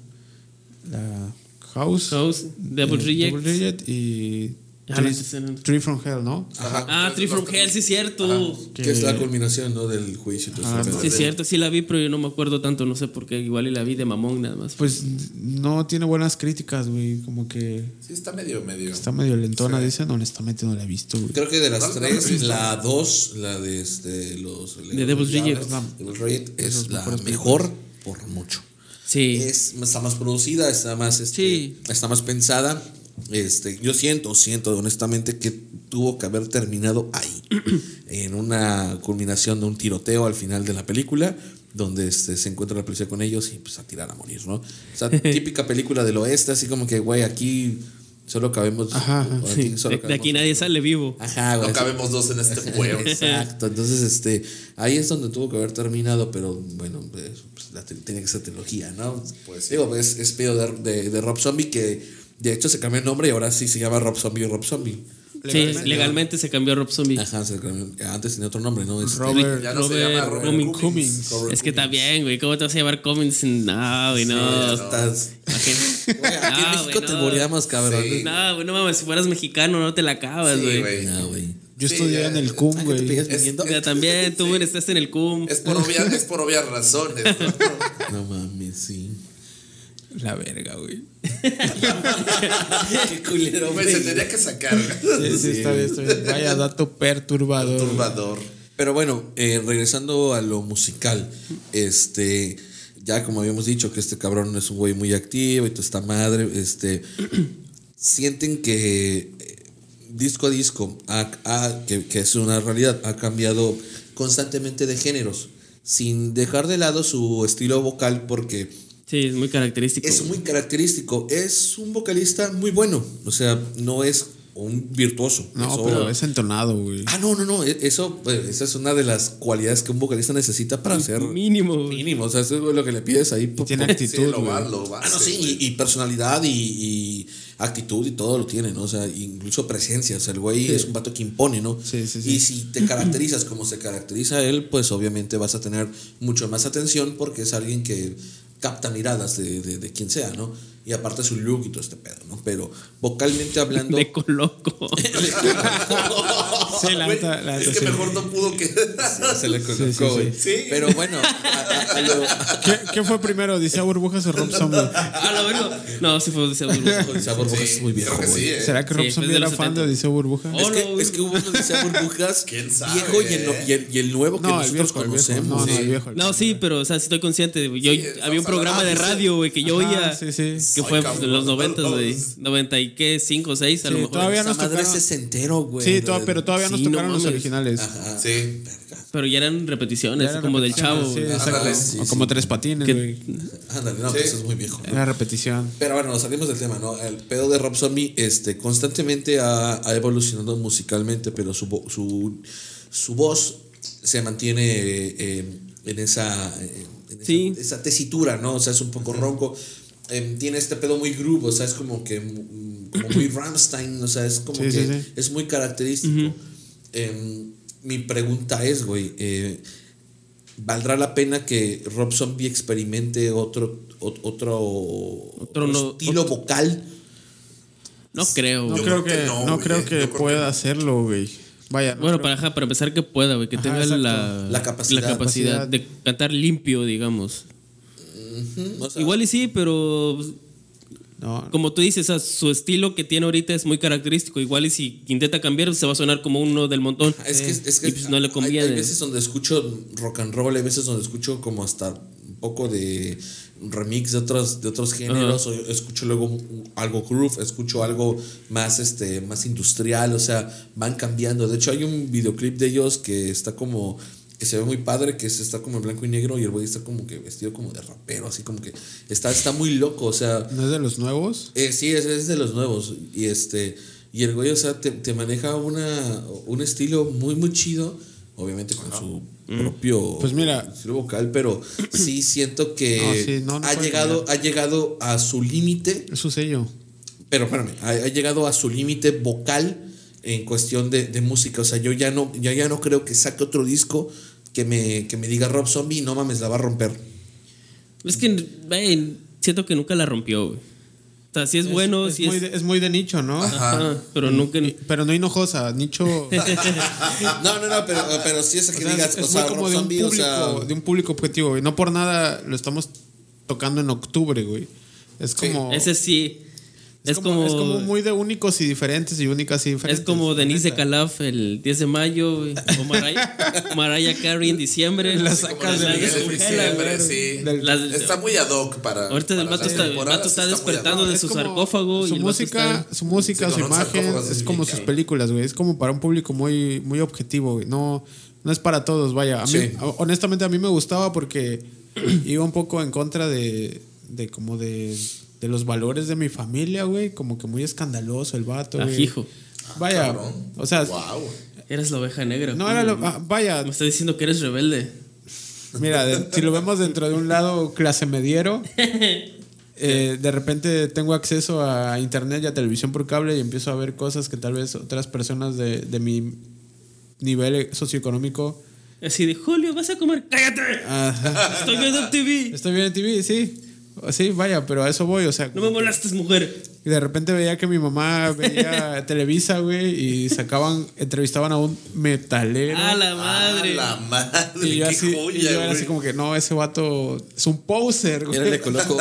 S1: La House,
S6: Eh,
S4: House, Double Reject.
S1: Double Reject y
S4: Ah, las- eran-
S1: Tree from Hell, ¿no?
S5: Ajá.
S4: Ah, Tree from Hell, sí es cierto.
S6: Que es la culminación, ¿no? Del juicio. y todo
S1: Ah,
S6: ese
S5: pues,
S1: no.
S6: pedo.
S4: Sí es cierto, sí la vi, pero yo no me acuerdo tanto, no sé por qué. Igual y la vi de mamón nada más.
S1: Pues no tiene buenas críticas, güey. Como que
S5: Sí, está medio, medio.
S1: está medio lentona,
S5: Sí.
S1: dicen. Honestamente no la he visto, güey.
S6: Creo que de
S5: No,
S6: las
S5: no lo he
S6: tres,
S5: visto.
S6: la dos, la de este, los.
S4: De Devil's Rejects.
S6: Devil's Rejects es la
S1: mejores
S6: mejor por mucho.
S4: Sí.
S6: Es, está más producida, está más, este,
S4: Sí.
S6: está más pensada. Este, yo siento, siento honestamente que tuvo que haber terminado ahí,
S4: *clears throat*
S6: en una culminación de un tiroteo al final de la película, donde este, se encuentra la policía con ellos y pues a tirar a morir, ¿no? O
S4: *laughs*
S6: sea, típica película del oeste, así como que, güey, aquí solo cabemos.
S1: Ajá, ajá,
S6: aquí
S4: Sí,
S6: solo
S4: de, de aquí
S6: cabemos-
S4: nadie sale vivo.
S6: Ajá, güey.
S5: No
S6: así-
S5: cabemos dos en
S6: *laughs*
S5: este pueblo.
S6: Exacto, entonces este ahí es donde tuvo que haber terminado, pero bueno, pues, pues, la tri- tenía que ser trilogía, ¿no?
S5: Pues, sí.
S6: Digo, es, es pedo de, de- de Rob Zombie que de hecho se cambió el nombre y ahora sí se llama Rob Zombie Rob Zombie.
S4: Legalmente, sí, legalmente se cambió a Rob Zombie.
S1: Ah.
S6: Ajá, se cambió- antes tenía otro nombre, ¿no? Este,
S1: Robert,
S5: Ya no se llama Robert
S4: Cummings.
S5: Cummings.
S4: Es que está bien, güey. ¿Cómo te vas a llevar Cummings? No, güey, no.
S6: estás-
S4: Imagínate.
S6: Güey, aquí en
S4: No,
S6: México
S4: güey,
S6: te
S4: no.
S6: moríamos, cabrón.
S5: Sí.
S4: No, güey, no mames. Si fueras mexicano, no te la acabas,
S5: Sí,
S4: güey.
S5: güey.
S6: No, güey.
S1: yo
S5: Sí,
S1: estudié
S5: ya,
S1: en el CUM,
S6: Ah, que te
S1: güey.
S6: pillas viniendo.
S4: Ya también, tú güey, estás en el CUM.
S5: Es por, obvia- es por obvias razones. ¿no?
S6: No mames, sí.
S1: La verga, güey.
S6: Qué culero,
S5: Güey, se tenía que sacar.
S1: Sí, sí, está bien, está bien. Vaya dato perturbador.
S5: Turbador.
S6: Pero bueno, eh, regresando a lo musical, este, ya como habíamos dicho que este cabrón es un güey muy activo y toda esta madre, este, *clears throat* sienten que eh, disco a disco, ha- ha- que, que es una realidad, ha cambiado constantemente de géneros, sin dejar de lado su estilo vocal porque
S4: Sí, es muy característico.
S6: es
S4: güey.
S6: muy característico, es un vocalista muy bueno, o sea, no es un virtuoso.
S1: No,
S6: eso-
S1: pero es entonado, güey.
S6: Ah, no, no, no. e- Eso, pues, esa es una de las cualidades que un vocalista necesita para ser
S4: mínimo. güey.
S6: mínimo. O sea, eso es lo que le pides ahí. pues, po-
S1: Tiene
S6: po-
S5: Sí,
S1: actitud,
S5: lo va,
S1: güey.
S5: lo va.
S6: Ah, no, sí, y, y personalidad y, y actitud y todo lo tiene, ¿no? O sea, incluso presencia. O sea, el güey es un vato que impone, ¿no?
S1: Sí, sí, sí.
S6: Y si te caracterizas como se caracteriza él, pues obviamente vas a tener mucho más atención porque es alguien que capta miradas de, de- de quien sea, ¿no? Y aparte su look y todo este pedo, ¿no? Pero
S1: *laughs*
S6: vocalmente hablando.
S4: De coloco.
S1: Sí, la
S5: Güey,
S1: neta, la neta,
S5: es que
S1: sí.
S5: mejor no pudo que.
S6: se le colocó,
S1: Sí, sí,
S6: güey.
S5: sí. Sí.
S6: Pero bueno, a- a- a
S1: *laughs*
S6: lo-
S1: ¿Qué, qué fue primero? ¿Dice Burbujas o Rob Zombie?
S4: Ah, la verga. No, sí fue de seguro.
S6: Odisea Burbujas es muy viejo,
S5: Creo que sí,
S6: güey.
S5: ¿eh?
S1: ¿Será que
S4: Sí,
S1: Rob
S4: después
S1: Zombie
S4: de
S1: era
S4: los
S1: fan de
S4: 70.
S1: Odiseo Burbuja?
S4: Oh,
S6: Es
S4: no,
S6: que, es que hubo un Odisea *laughs* Burbujas
S5: ¿Quién sabe,
S6: viejo y el, no-
S5: eh?
S6: y el- y el nuevo que
S1: No, el
S6: nosotros
S1: viejo, el viejo.
S6: conocemos.
S1: No, no, el
S6: Sí.
S1: viejo. el
S4: No,
S1: viejo.
S4: sí, pero o sea, sí estoy consciente. güey. Yo
S5: Sí, estamos
S4: había un programa de
S5: hablando-
S4: radio, güey, que yo
S1: Ajá,
S4: oía.
S1: sí, sí.
S4: Que
S5: Ay,
S4: fue
S5: cabrón,
S4: de los
S5: no,
S4: noventas,
S5: no,
S4: güey.
S5: no.
S4: Noventa y qué, cinco, seis, a lo
S1: Sí,
S4: mejor.
S1: todavía
S6: Esa
S1: nos
S6: madre es
S1: tocaron-
S6: sesentero, güey.
S1: Sí, to- pero todavía nos
S4: Sí, no
S1: tocaron los
S4: mames.
S1: originales.
S5: Ah, Sí.
S4: Pero ya eran repeticiones,
S1: Ya eran
S4: como del
S1: repeticiones,
S4: chavo.
S1: sí,
S4: güey.
S1: exacto.
S5: Ándale, sí,
S1: o como tres patines,
S4: Que-
S1: güey.
S6: Ándale, no,
S5: Sí.
S6: pues eso es muy viejo. ¿no?
S1: Era repetición.
S6: Pero bueno, nos salimos del tema, ¿no? El pedo de Rob Zombie este, constantemente ha, ha evolucionado musicalmente, pero su, vo- su, su voz se mantiene eh, eh, en, esa, eh, en esa-
S4: Sí.
S6: esa, tesitura, ¿no? O sea, es un poco ronco. Eh, tiene este pedo muy groove, o sea, es como que mm, como
S1: *clears throat*
S6: muy Rammstein, o sea, es como
S1: Sí,
S6: que
S1: sí, sí.
S6: es muy característico. Em, mi pregunta es, güey, eh, ¿Valdrá la pena que Rob Zombie experimente otro, ot- otro, otro
S4: no-
S6: estilo vocal?
S4: No creo,
S1: No
S4: güey.
S1: creo
S5: creo
S1: que,
S5: que no,
S1: no
S5: güey.
S1: creo
S5: Yo
S1: que
S5: creo que
S1: pueda
S5: no.
S1: hacerlo, güey. Vaya. no
S4: Bueno,
S1: creo-
S4: para, ajá, para empezar que pueda, güey, que
S1: Ajá,
S4: tenga
S1: exacto.
S4: la,
S6: La capacidad.
S4: la capacidad de cantar limpio, digamos.
S6: O sea,
S4: Igual y sí, pero pues,
S1: no,
S4: como tú dices, o sea, su estilo que tiene ahorita es muy característico. Igual y si intenta cambiar, se va a sonar como uno del montón.
S6: Es que, es que
S4: y pues no le
S6: hay-
S4: conviene.
S6: Hay, veces donde escucho rock and roll, hay veces donde escucho como hasta un poco de remix de otros, de otros géneros, o escucho luego un- algo groove, escucho algo más, este, más industrial, o sea, van cambiando. De hecho, hay un videoclip de ellos que está como que se ve muy padre, que es- está como en blanco y negro y el güey está como que vestido como de rapero, así como que está, está muy loco, o sea,
S1: ¿No es de los nuevos?
S6: eh, sí, es, es de los nuevos. Y este. Y el güey, o sea, te, te maneja una, un estilo muy, muy chido. Obviamente con su propio
S1: Pues mira.
S6: estilo vocal,
S1: *clears throat*
S6: pero sí siento que
S1: No, sí, no, no
S6: ha,
S1: puede
S6: llegado, ha llegado a su límite.
S1: Es su sello.
S6: Pero espérame, ha, ha llegado a su límite vocal en cuestión de, de música. O sea, yo ya no, ya, ya no creo que saque otro disco que me, que me diga Rob Zombie, no mames, la va a romper.
S4: Es que, güey, siento que nunca la rompió, güey. sea, sí es, bueno,
S1: es,
S4: sí
S1: muy
S4: es.
S1: de, es muy de nicho, ¿no?
S4: Ajá, pero nunca.
S1: Y- Pero no hinojosa,
S4: *laughs*
S1: nicho.
S6: No, no, no, pero, pero sí es que
S1: O sea,
S6: digas,
S1: es
S6: o sea,
S1: muy como
S6: Rob
S1: de un,
S6: Zombie, o
S1: público,
S6: sea,
S1: de un público objetivo, güey. No por nada lo estamos tocando en octubre, güey. Es como.
S4: Ese sí.
S1: es
S4: Es como.
S1: es como muy de únicos y diferentes y únicas y
S4: Es
S1: diferentes.
S4: como
S1: la
S4: Denise de
S1: neta.
S4: Calaf el 10 de mayo güey, o Mariah, Mariah Carey en diciembre.
S1: La
S4: Así
S1: sacas
S4: como
S1: del
S4: la
S5: Miguel de
S1: descongela,
S5: diciembre,
S1: güey.
S5: sí.
S1: Del-
S4: las-
S5: Está muy ad hoc para.
S4: Ahorita el
S5: para
S4: vato
S5: las
S4: está- el
S5: temporadas,
S4: vato está
S5: muy ad hoc.
S4: despertando de-
S1: Es
S4: su
S1: como-
S4: sarcófago y
S1: Su
S4: el vato
S1: música,
S4: está-
S1: su música,
S5: Sí,
S1: su
S5: con un
S1: imagen,
S5: sarcófago
S1: es
S5: así,
S1: como sus
S5: cabrón.
S1: películas, güey. Es como para un público muy, muy objetivo, güey. No, no es para todos, vaya. A mí,
S6: Sí.
S1: a- honestamente, a mí me gustaba porque *clears throat* iba un poco en contra de, de como de, de los valores de mi familia, güey. Como que muy escandaloso el vato, güey.
S4: Ajijo.
S1: Vaya,
S5: Cabrón.
S1: o sea,
S5: Wow.
S4: Eres la oveja negra.
S1: no
S4: coño,
S1: era lo-
S4: güey.
S1: ah, vaya,
S4: Me está diciendo que eres rebelde.
S1: Mira, de- si lo vemos dentro de un lado clase
S4: *laughs*
S1: mediero, eh, de repente tengo acceso a internet y a televisión por cable y empiezo a ver cosas que tal vez otras personas de, de mi nivel socioeconómico
S4: Así de Julio, vas a comer. ¡Cállate!
S1: ah,
S4: *laughs* Estoy viendo TV.
S1: estoy viendo en TV, sí. Sí, vaya, pero a eso voy, o sea,
S4: No me molestes, mujer.
S1: y de repente veía que mi mamá
S4: *laughs*
S1: veía Televisa, güey, y sacaban, entrevistaban a un metalero.
S4: A la
S5: A
S4: madre.
S5: la Ah, madre.
S1: y yo,
S5: qué
S1: así, y
S5: joya,
S1: yo era
S5: güey.
S1: así como que, no, ese vato es un poser, güey.
S6: era
S1: *laughs*
S6: el ecoloco.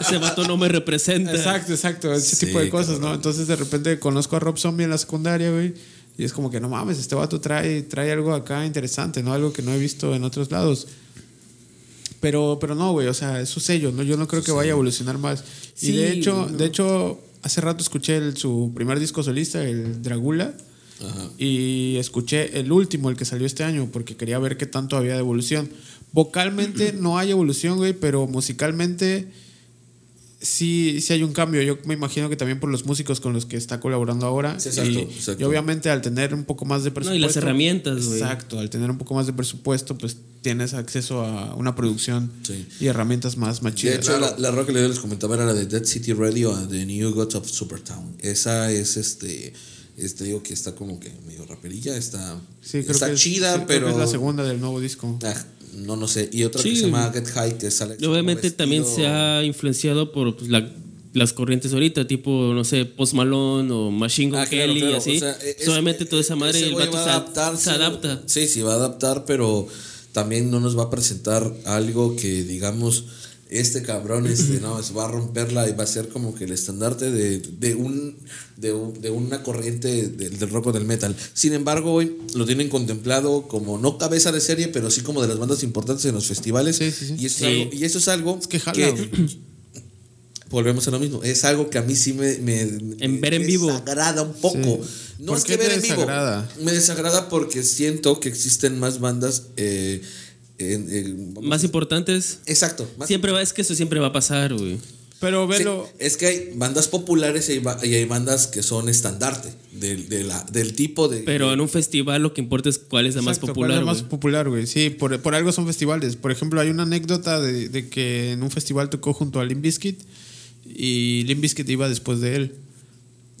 S4: Ese vato no me representa.
S1: Exacto, exacto, ese tipo de cosas, ¿no? Entonces de repente conozco a Rob Zombie en la secundaria, güey, y es como que no mames, este vato trae, trae algo acá interesante, ¿no? Algo que no he visto en otros lados. Pero, pero no, güey, o sea, es su sello, ¿no? Yo no creo que vaya a evolucionar más. y
S4: Sí,
S1: de hecho,
S4: no.
S1: de hecho, hace rato escuché el- su primer disco solista, el Dragula. Y escuché el último, el que salió este año, porque quería ver qué tanto había de evolución.
S6: *clears throat*
S1: Vocalmente no hay evolución, güey, pero musicalmente sí, sí hay un cambio. Yo me imagino que también por los músicos con los que está colaborando ahora.
S6: Sí, exacto,
S1: y,
S6: exacto.
S1: y obviamente al tener un poco más de
S4: y las
S1: presupuesto.
S4: herramientas, güey.
S1: Exacto, al tener un poco más de presupuesto, pues tienes acceso a una producción
S6: Sí.
S1: y herramientas más, más
S6: De
S1: chidas.
S6: hecho, la, la rock que les comentaba era la de Dead City Radio and The New Gods of Supertown. Esa es este. Este digo que está como que medio raperilla, está,
S1: Sí, creo
S6: está
S1: que es- sí,
S6: chida,
S1: creo que
S6: pero.
S1: es la segunda del nuevo
S6: *clears throat*
S1: disco.
S6: Ah, no, no sé. Y otra
S4: Sí.
S6: que se llama Get High, que sale.
S4: Y Obviamente también se ha influenciado por pues, la- las corrientes ahorita, tipo, no sé, Post Malone o Machine Gun
S6: Ah, claro,
S4: Kelly
S6: claro.
S4: y así.
S6: O sea, e- es-
S4: Obviamente toda esa madre,
S6: ese
S4: el
S6: güey
S4: vato
S6: va
S4: se,
S6: a adaptarse.
S4: se adapta.
S6: Sí, sí, va a adaptar, pero también no nos va a presentar algo que digamos, este
S4: *laughs*
S6: cabrón este, no, se va a romperla y va a ser como que el estandarte de, de, un, de, un- de una corriente del, del rock o del metal. Sin embargo, hoy lo tienen contemplado como no cabeza de serie, pero sí como de las bandas importantes en los festivales.
S1: Sí, sí, sí.
S6: Y, eso
S4: Sí.
S6: es algo, y eso es algo
S1: Es que jala, güey.
S6: Volvemos a lo mismo. Es algo que a mí sí me. me
S4: En ver en
S6: me
S4: vivo.
S6: Desagrada un poco.
S1: Sí.
S6: No
S1: ¿Por
S6: es
S1: qué
S6: que
S1: te
S6: ver en vivo.
S1: desagrada?
S6: Me desagrada porque siento que existen más bandas. eh, en- en- vamos-
S4: Más importantes.
S6: Exacto. más-
S4: Siempre va, es que eso siempre va a pasar, güey.
S1: Pero
S6: Sí,
S1: velo.
S6: es que hay bandas populares y hay, ba- y hay bandas que son estandarte del, de la- del tipo de.
S4: Pero en un festival lo que importa es cuál es la más
S1: Exacto, ¿cuál es
S4: popular,
S1: la más
S4: güey.
S1: popular, güey. Sí, por, por algo son festivales. Por ejemplo, hay una anécdota de, de que en un festival tocó junto a Limp Bizkit y Limp Bizkit iba después de él.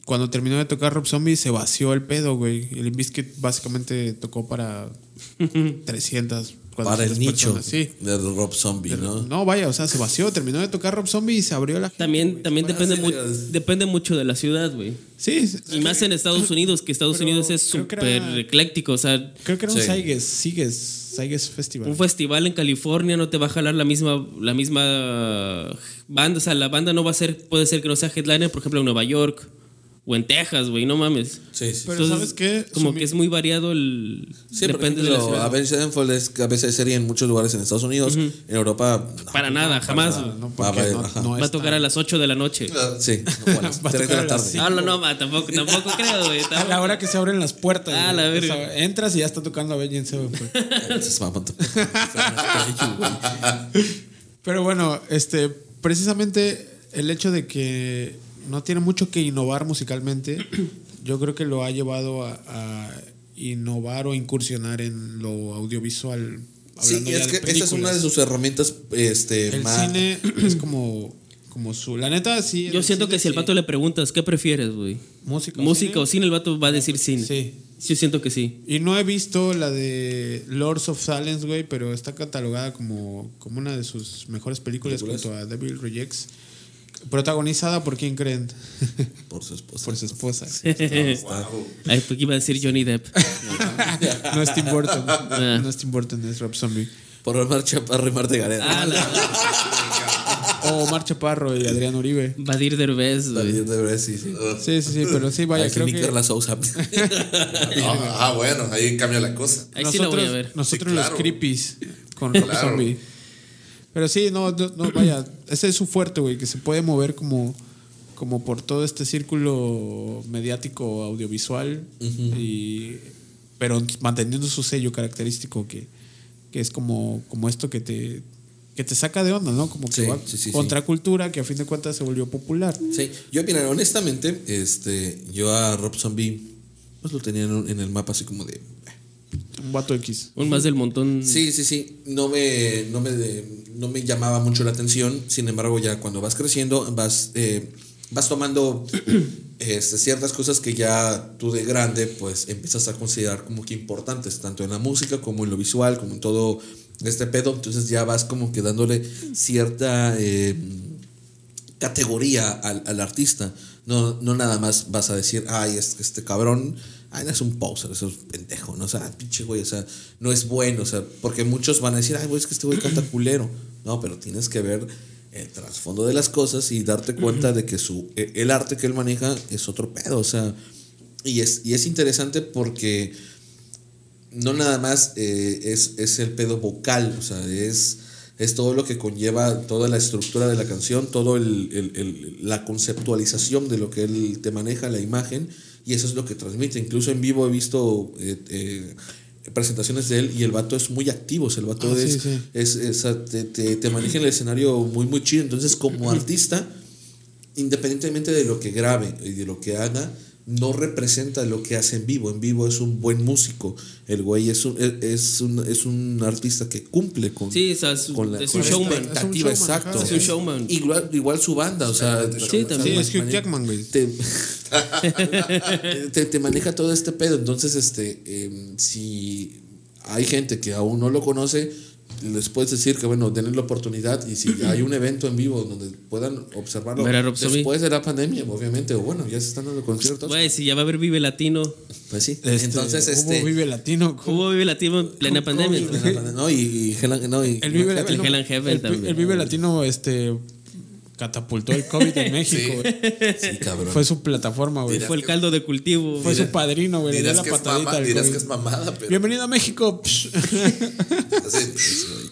S1: Cuando terminó de tocar Rob Zombie se vació el pedo, güey. Y Limp Bizkit básicamente tocó
S4: *laughs*
S1: para 300, 400
S6: para el nicho Ah.
S1: personas, Sí.
S6: de Rob Zombie, ¿no?
S1: No, vaya, o sea, se vació, terminó de tocar Rob Zombie y se abrió la gente.
S4: También, también
S6: Bueno,
S4: depende,
S6: sí,
S4: mu-
S6: las-
S4: depende mucho de la ciudad, güey.
S1: Sí,
S4: Y más en Estados Unidos, que Estados
S1: Pero
S4: Unidos es
S1: creo que
S4: súper
S1: era-
S4: ecléctico. O sea,
S1: creo que era un
S6: Sí.
S1: Saigues, Sigues, Saigues Festival.
S4: un festival en California no te va a jalar la misma, la misma banda. O sea, la banda no va a ser, puede ser que no sea headliner, por ejemplo, en Nueva York o en Texas, güey, no mames.
S6: Sí, sí.
S1: Pero ¿sabes qué?
S4: Como
S1: Sumi-
S4: que es muy variado el.
S6: Sí, por
S4: depende de la
S6: ejemplo,
S4: ciudad.
S6: Avenged Sevenfold es cabeza de serie en muchos lugares en Estados Unidos. En Europa. no.
S4: para nada, jamás. güey.
S1: Ah, No,
S6: Va,
S1: porque
S6: va,
S1: no-
S6: ajá.
S1: no
S4: va a
S1: es
S4: tocar a las 8 de la noche.
S6: Sí, no,
S4: *laughs*
S6: bueno,
S1: Va a
S6: tres de
S1: tocar a las
S6: la tarde.
S1: cinco.
S4: No, no, no, ma, tampoco, tampoco creo, güey.
S1: *laughs* A la hora que se abren las puertas.
S4: Ah,
S1: güey.
S4: la
S1: O sea,
S4: verga.
S1: entras y ya está tocando a Avenged Sevenfold.
S6: *laughs* Entonces, mamón, tampoco.
S1: Pero bueno, este, precisamente el hecho de que no tiene mucho que innovar musicalmente, *clears throat* yo creo que lo ha llevado a, a innovar o incursionar en lo audiovisual.
S6: Sí,
S1: hablando
S6: y
S1: ya
S6: es
S1: de
S6: que esa es una
S1: películas.
S6: de sus herramientas este,
S1: El
S6: más. *clears throat*
S1: cine es como, como su. La neta, sí.
S4: Yo siento que si al vato le preguntas, ¿qué prefieres, güey?
S1: Música. o
S4: ¿Música
S1: cine?
S4: o cine? El vato va a decir cine.
S1: Sí.
S4: Yo siento
S1: *laughs*
S4: que sí.
S1: Y no he visto la de Lords of Silence, güey, pero está catalogada como, como una de sus mejores películas, junto a Devil Rejects. Protagonizada por quién creen?
S6: Por su
S1: *laughs*
S6: esposa.
S1: Por su esposa.
S4: Ay, porque iba a decir Johnny Depp.
S1: No es Tim Burton. No es Tim Burton, es Rob Zombie.
S6: Por Omar Chaparro y Marta Gareda.
S4: Ah, la
S1: O Omar Chaparro y Adrián Uribe.
S4: Vadir Derbez, güey.
S6: También debería sí, sí.
S1: Sí, sí, sí, pero sí, vaya,
S6: Ahí sí,
S1: creo
S6: Nick de
S1: que.
S6: la
S1: *laughs*
S6: Sousa.
S5: Ah, ah, bueno, ahí cambia la cosa.
S4: Ahí sí la voy a ver.
S1: Nosotros
S5: Sí, claro.
S1: los creepies con Rob
S5: Claro.
S1: Zombie. Pero sí, no, no, no, vaya, ese es su fuerte, güey, que se puede mover como, como por todo este círculo mediático audiovisual, y, pero manteniendo su sello característico que, que es como, como esto que te, que te saca de onda, ¿no? Como que
S6: Sí,
S1: va
S6: sí, sí, sí.
S1: contra cultura, que a fin de cuentas se volvió popular.
S6: Sí, yo mira, honestamente, este, yo a Rob Zombie, pues lo tenía en, un- en el mapa así como de.
S1: Un vato X.
S4: Un más del montón.
S6: Sí, sí, sí. No me, no me, no me llamaba mucho la atención. Sin embargo, ya cuando vas creciendo, vas, eh, vas tomando este, ciertas cosas que ya tú de grande, pues empiezas a considerar como que importantes, tanto en la música como en lo visual, como en todo este pedo. Entonces ya vas como que dándole cierta eh, categoría al, al artista. No, no nada más vas a decir, ay, es que este cabrón, ay, no es un poser, es un pendejo, ¿no? O sea, pinche güey, o sea, no es bueno, o sea, porque muchos van a decir, ay, güey, es que este güey canta culero. No, pero tienes que ver el trasfondo de las cosas y darte cuenta de que su, e- el arte que él maneja es otro pedo, o sea, y es, y es interesante porque no nada más eh, es, es el pedo vocal, o sea, es, es todo lo que conlleva toda la estructura de la canción, todo el, el- el- la conceptualización de lo que él te maneja, la imagen, y eso es lo que transmite. Incluso en vivo he visto eh, eh, presentaciones de él y el vato es muy activo, o sea, el vato
S1: Ah,
S6: es,
S1: sí, sí.
S6: es- es- te, te- te maneja el escenario muy, muy chido. Entonces,
S1: *clears throat*
S6: como artista independientemente de lo que grabe y de lo que haga, no representa lo que hace en vivo. En vivo es un buen músico. El güey es un, es un, es un artista que cumple con,
S4: Sí, o sea, es,
S6: con la
S4: es
S6: con
S4: un
S6: la
S4: showman.
S1: esta-
S6: expectativa,
S1: Es un showman,
S6: exacto.
S1: ajá.
S4: Es un showman.
S6: Igual, igual su banda, o sea,
S4: Sí,
S6: o sea,
S4: también.
S1: es Hugh Jackman, güey.
S6: te, *laughs* te, te maneja todo este pedo. Entonces, este, eh, si hay gente que aún no lo conoce, les puedes decir que, bueno, denle la oportunidad y si hay un evento en vivo donde puedan observarlo
S4: Ver a Rob Zombie.
S6: después de la pandemia, obviamente, o bueno, ya se están dando conciertos.
S4: Güey, si ya va a haber Vive Latino.
S6: Pues sí.
S1: Este,
S6: Entonces,
S1: hubo
S6: este.
S1: Vive Latino.
S4: Hubo Vive Latino en plena pandemia. güey.
S6: No, y, y Helen- no, y-
S1: El Vive
S6: Helen-
S1: Latino.
S4: Hell and Heaven
S1: el,
S4: también.
S1: el Vive Latino este, catapultó el COVID
S4: *laughs*
S1: en México. güey.
S6: Sí, cabrón.
S1: Fue su plataforma, güey.
S4: Fue el caldo de cultivo.
S1: Fue su padrino, güey. Le dio
S5: Dirás,
S1: la
S5: que es,
S1: patadita
S5: mama-
S1: al
S5: dirás
S1: COVID.
S5: que es mamada, pero.
S1: Bienvenido a México. Psh. *laughs*
S5: así,
S6: Sí, güey.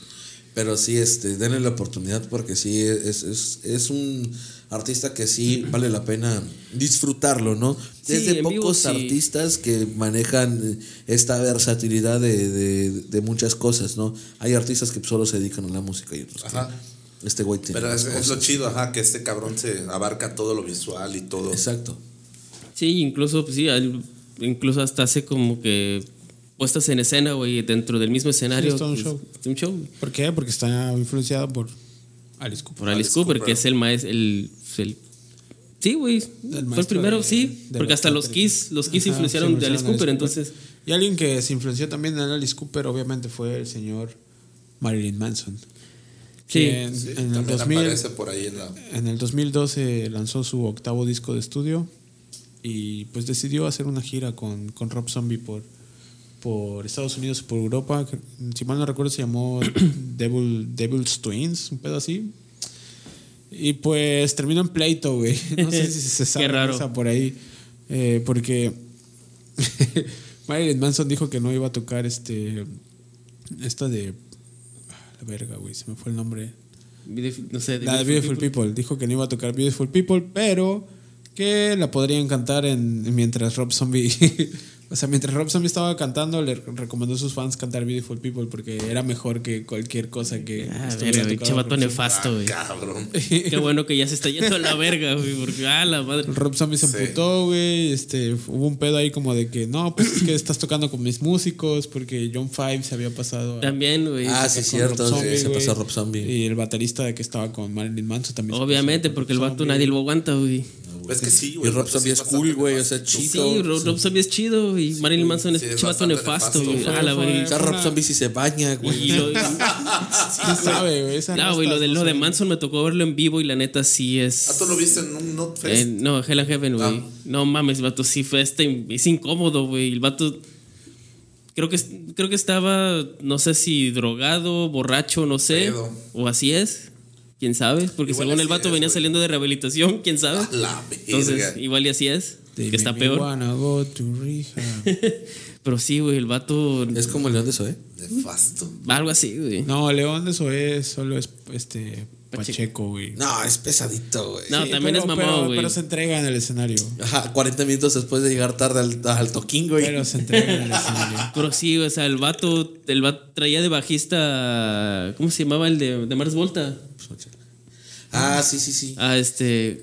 S6: Pero sí, este, denle la oportunidad porque sí, es, es, es un artista que sí vale la pena disfrutarlo, ¿no?
S4: Sí,
S6: es de
S4: en vivo,
S6: pocos
S4: sí.
S6: artistas que manejan eh, esta versatilidad de, de- de muchas cosas, ¿no? Hay artistas que solo se dedican a la música y otros
S5: Ajá.
S6: que este güey tiene.
S5: Pero
S6: las
S5: es, es lo
S6: cosas.
S5: chido, ajá, que este cabrón se abarca todo lo visual y todo.
S6: Exacto.
S4: Sí, incluso, pues, sí, al- incluso hasta hace como que puestas en escena, güey, dentro del mismo escenario.
S1: es todo un
S4: Es-
S1: show.
S4: es un show.
S1: ¿Por qué? Porque está influenciado por Alice Cooper.
S4: Por Alice, Cooper, que es el maestro, el, el- Sí, güey. Fue el
S1: maestro
S4: primero,
S1: de-
S4: sí.
S1: de
S4: Porque
S1: la
S4: hasta los
S1: country.
S4: Kiss, los Kiss
S1: Ajá,
S4: influenciaron
S1: sí,
S4: de Alice Cooper, entonces...
S1: Y alguien que se influenció también en Alice Cooper, obviamente, fue el señor Marilyn Manson.
S4: Sí.
S1: quien
S5: Sí,
S1: en, el
S5: también
S1: 2000,
S5: aparece por ahí en la.
S1: en el 2012 lanzó su octavo disco de estudio y pues decidió hacer una gira con, con Rob Zombie por, por Estados Unidos, por Europa. que, Si mal no recuerdo se llamó *coughs* Devil, Devil's Twins, un pedo así. Y pues terminó en pleito, güey. *laughs* No sé si se sabe
S4: Qué raro.
S1: esa por ahí. Eh, porque *laughs* Marilyn Manson dijo que no iba a tocar este... Esta de... ah, La verga, güey. Se me fue el nombre.
S4: Beautif- no sé,
S1: La de Beautiful People. Dijo que no iba a tocar Beautiful People, pero que la podrían cantar en, mientras Rob Zombie. *laughs* o sea, mientras Rob Zombie estaba cantando, le recomendó a sus fans cantar Beautiful People porque era mejor que cualquier cosa que.
S4: Ah,
S1: estuviera
S4: verga, güey,
S1: tocada
S4: che vato
S1: por Rob
S4: nefasto, güey.
S5: Ah, Cabrón.
S4: Qué bueno que ya se está yendo a la verga, güey, porque ah, la madre.
S1: Zombie. Rob Zombie se
S5: Sí.
S1: emputó, güey. Este, hubo un pedo ahí como de que no, pues es que estás tocando con mis músicos porque John Five se había pasado. a-
S4: También, güey.
S6: Ah,
S1: con
S6: sí,
S1: Rob
S6: cierto. sí,
S1: Zombie,
S6: se
S1: güey.
S6: pasó a Rob Zombie.
S1: Y el baterista que estaba con Marilyn Manson también. se pasó
S4: Obviamente,
S1: con
S4: porque el
S1: Rob
S4: vato
S1: Zombie.
S4: nadie lo aguanta, güey.
S6: güey. pues
S5: Es que sí, güey, pues
S6: Y Rob
S5: sí
S6: Zombie es
S5: bastante
S6: cool, güey. O
S5: nefasto.
S6: sea, chido.
S4: Sí, Rob, Rob Zombie es chido y Marilyn Manson es
S5: sí, es
S4: chivato
S5: bastante
S4: nefasto.
S5: nefasto,
S4: güey.
S5: güey.
S4: Ah, la
S1: Fue-
S4: verga.
S6: O sea, Rob Zombie sí se baña, güey.
S4: Y lo,
S1: No Ah, sabe, güey. esa
S4: no,
S1: no
S4: güey,
S1: está-
S4: lo de,
S1: no
S4: lo de
S1: sabe.
S4: Manson me tocó verlo en vivo y la neta sí es.
S5: Ah, tú lo viste en un Not Fest.
S4: Eh, no, Hell and Heaven, güey.
S5: Ah.
S4: No mames, vato, sí fue este. Es incómodo, güey. El vato. Creo que, es- creo que estaba, no sé si drogado, borracho, no sé.
S5: Pedo.
S4: O así es. Quién sabe. Porque
S5: Igual
S4: según el
S5: así
S4: vato
S5: es,
S4: venía
S5: güey.
S4: saliendo de rehabilitación, quién sabe.
S5: A la verga.
S4: Entonces, igual y así es.
S1: They
S4: que está
S1: make me
S4: peor.
S1: wanna go to rehab.
S4: *laughs* Pero sí, güey, el vato.
S6: Es como el león de Zoé.
S5: Nefasto.
S4: Algo así, güey.
S1: No, León de eso es, solo es este Pacheco, güey.
S6: No, es pesadito, güey.
S4: No, también
S1: pero-
S4: es mamado,
S1: pero-
S4: güey.
S1: Pero se entrega en el escenario.
S6: Ajá, 40 minutos después de llegar tarde al, al toquín, güey.
S1: Pero se entrega en el
S4: *laughs*
S1: escenario.
S4: Pero sí, o sea, el vato, el vato traía de bajista. ¿Cómo se llamaba el de, de Mars Volta?
S6: Ah, sí, sí, sí.
S4: Ah, este.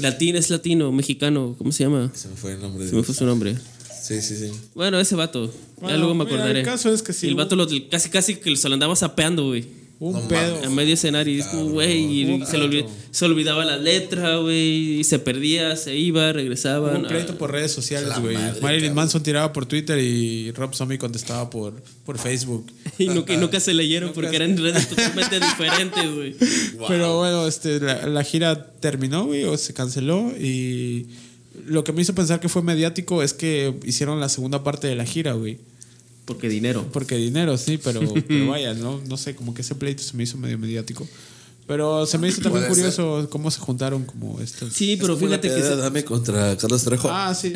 S4: Latín es latino, mexicano. ¿Cómo se llama?
S6: Se me fue el nombre
S4: Se me
S6: de.
S4: fue su nombre.
S6: Sí, sí, sí.
S4: Bueno, ese vato. ya
S1: Bueno,
S4: luego me
S1: mira, el
S4: acordaré.
S1: caso es que sí,
S4: El
S1: hubo-
S4: vato lo- casi, casi que se lo andaba sapeando, güey.
S1: Un
S5: No
S1: pedo.
S5: mames.
S4: A medio escenario. Y es como, güey. Y
S1: Hubo
S4: se, le olvid- se olvidaba la letra, güey. Y se perdía, se iba, regresaba.
S1: Hubo un
S4: no.
S1: pleito por redes sociales,
S5: La
S1: güey.
S5: madre,
S1: Marilyn
S5: cabrón.
S1: Manson tiraba por Twitter y Rob Zombie contestaba por, por Facebook.
S4: *laughs* Y nunca, y nunca se leyeron
S1: *laughs* Nunca
S4: porque
S1: se-
S4: eran
S1: *laughs*
S4: redes totalmente diferentes, güey.
S1: Pero bueno, este, la, la gira terminó, güey, o se canceló. Y lo que me hizo pensar que fue mediático es que hicieron la segunda parte de la gira, güey.
S4: Porque dinero.
S1: Porque dinero, sí, pero, pero vaya, ¿no? No sé, como que ese pleito se me hizo medio mediático. Pero se me hizo también
S5: Puede ser.
S1: curioso cómo se juntaron como estos.
S4: Sí, pero
S6: Fue la
S4: fíjate que
S6: pedra
S4: se-
S6: de Adame contra Carlos Trejo.
S1: Ah, sí.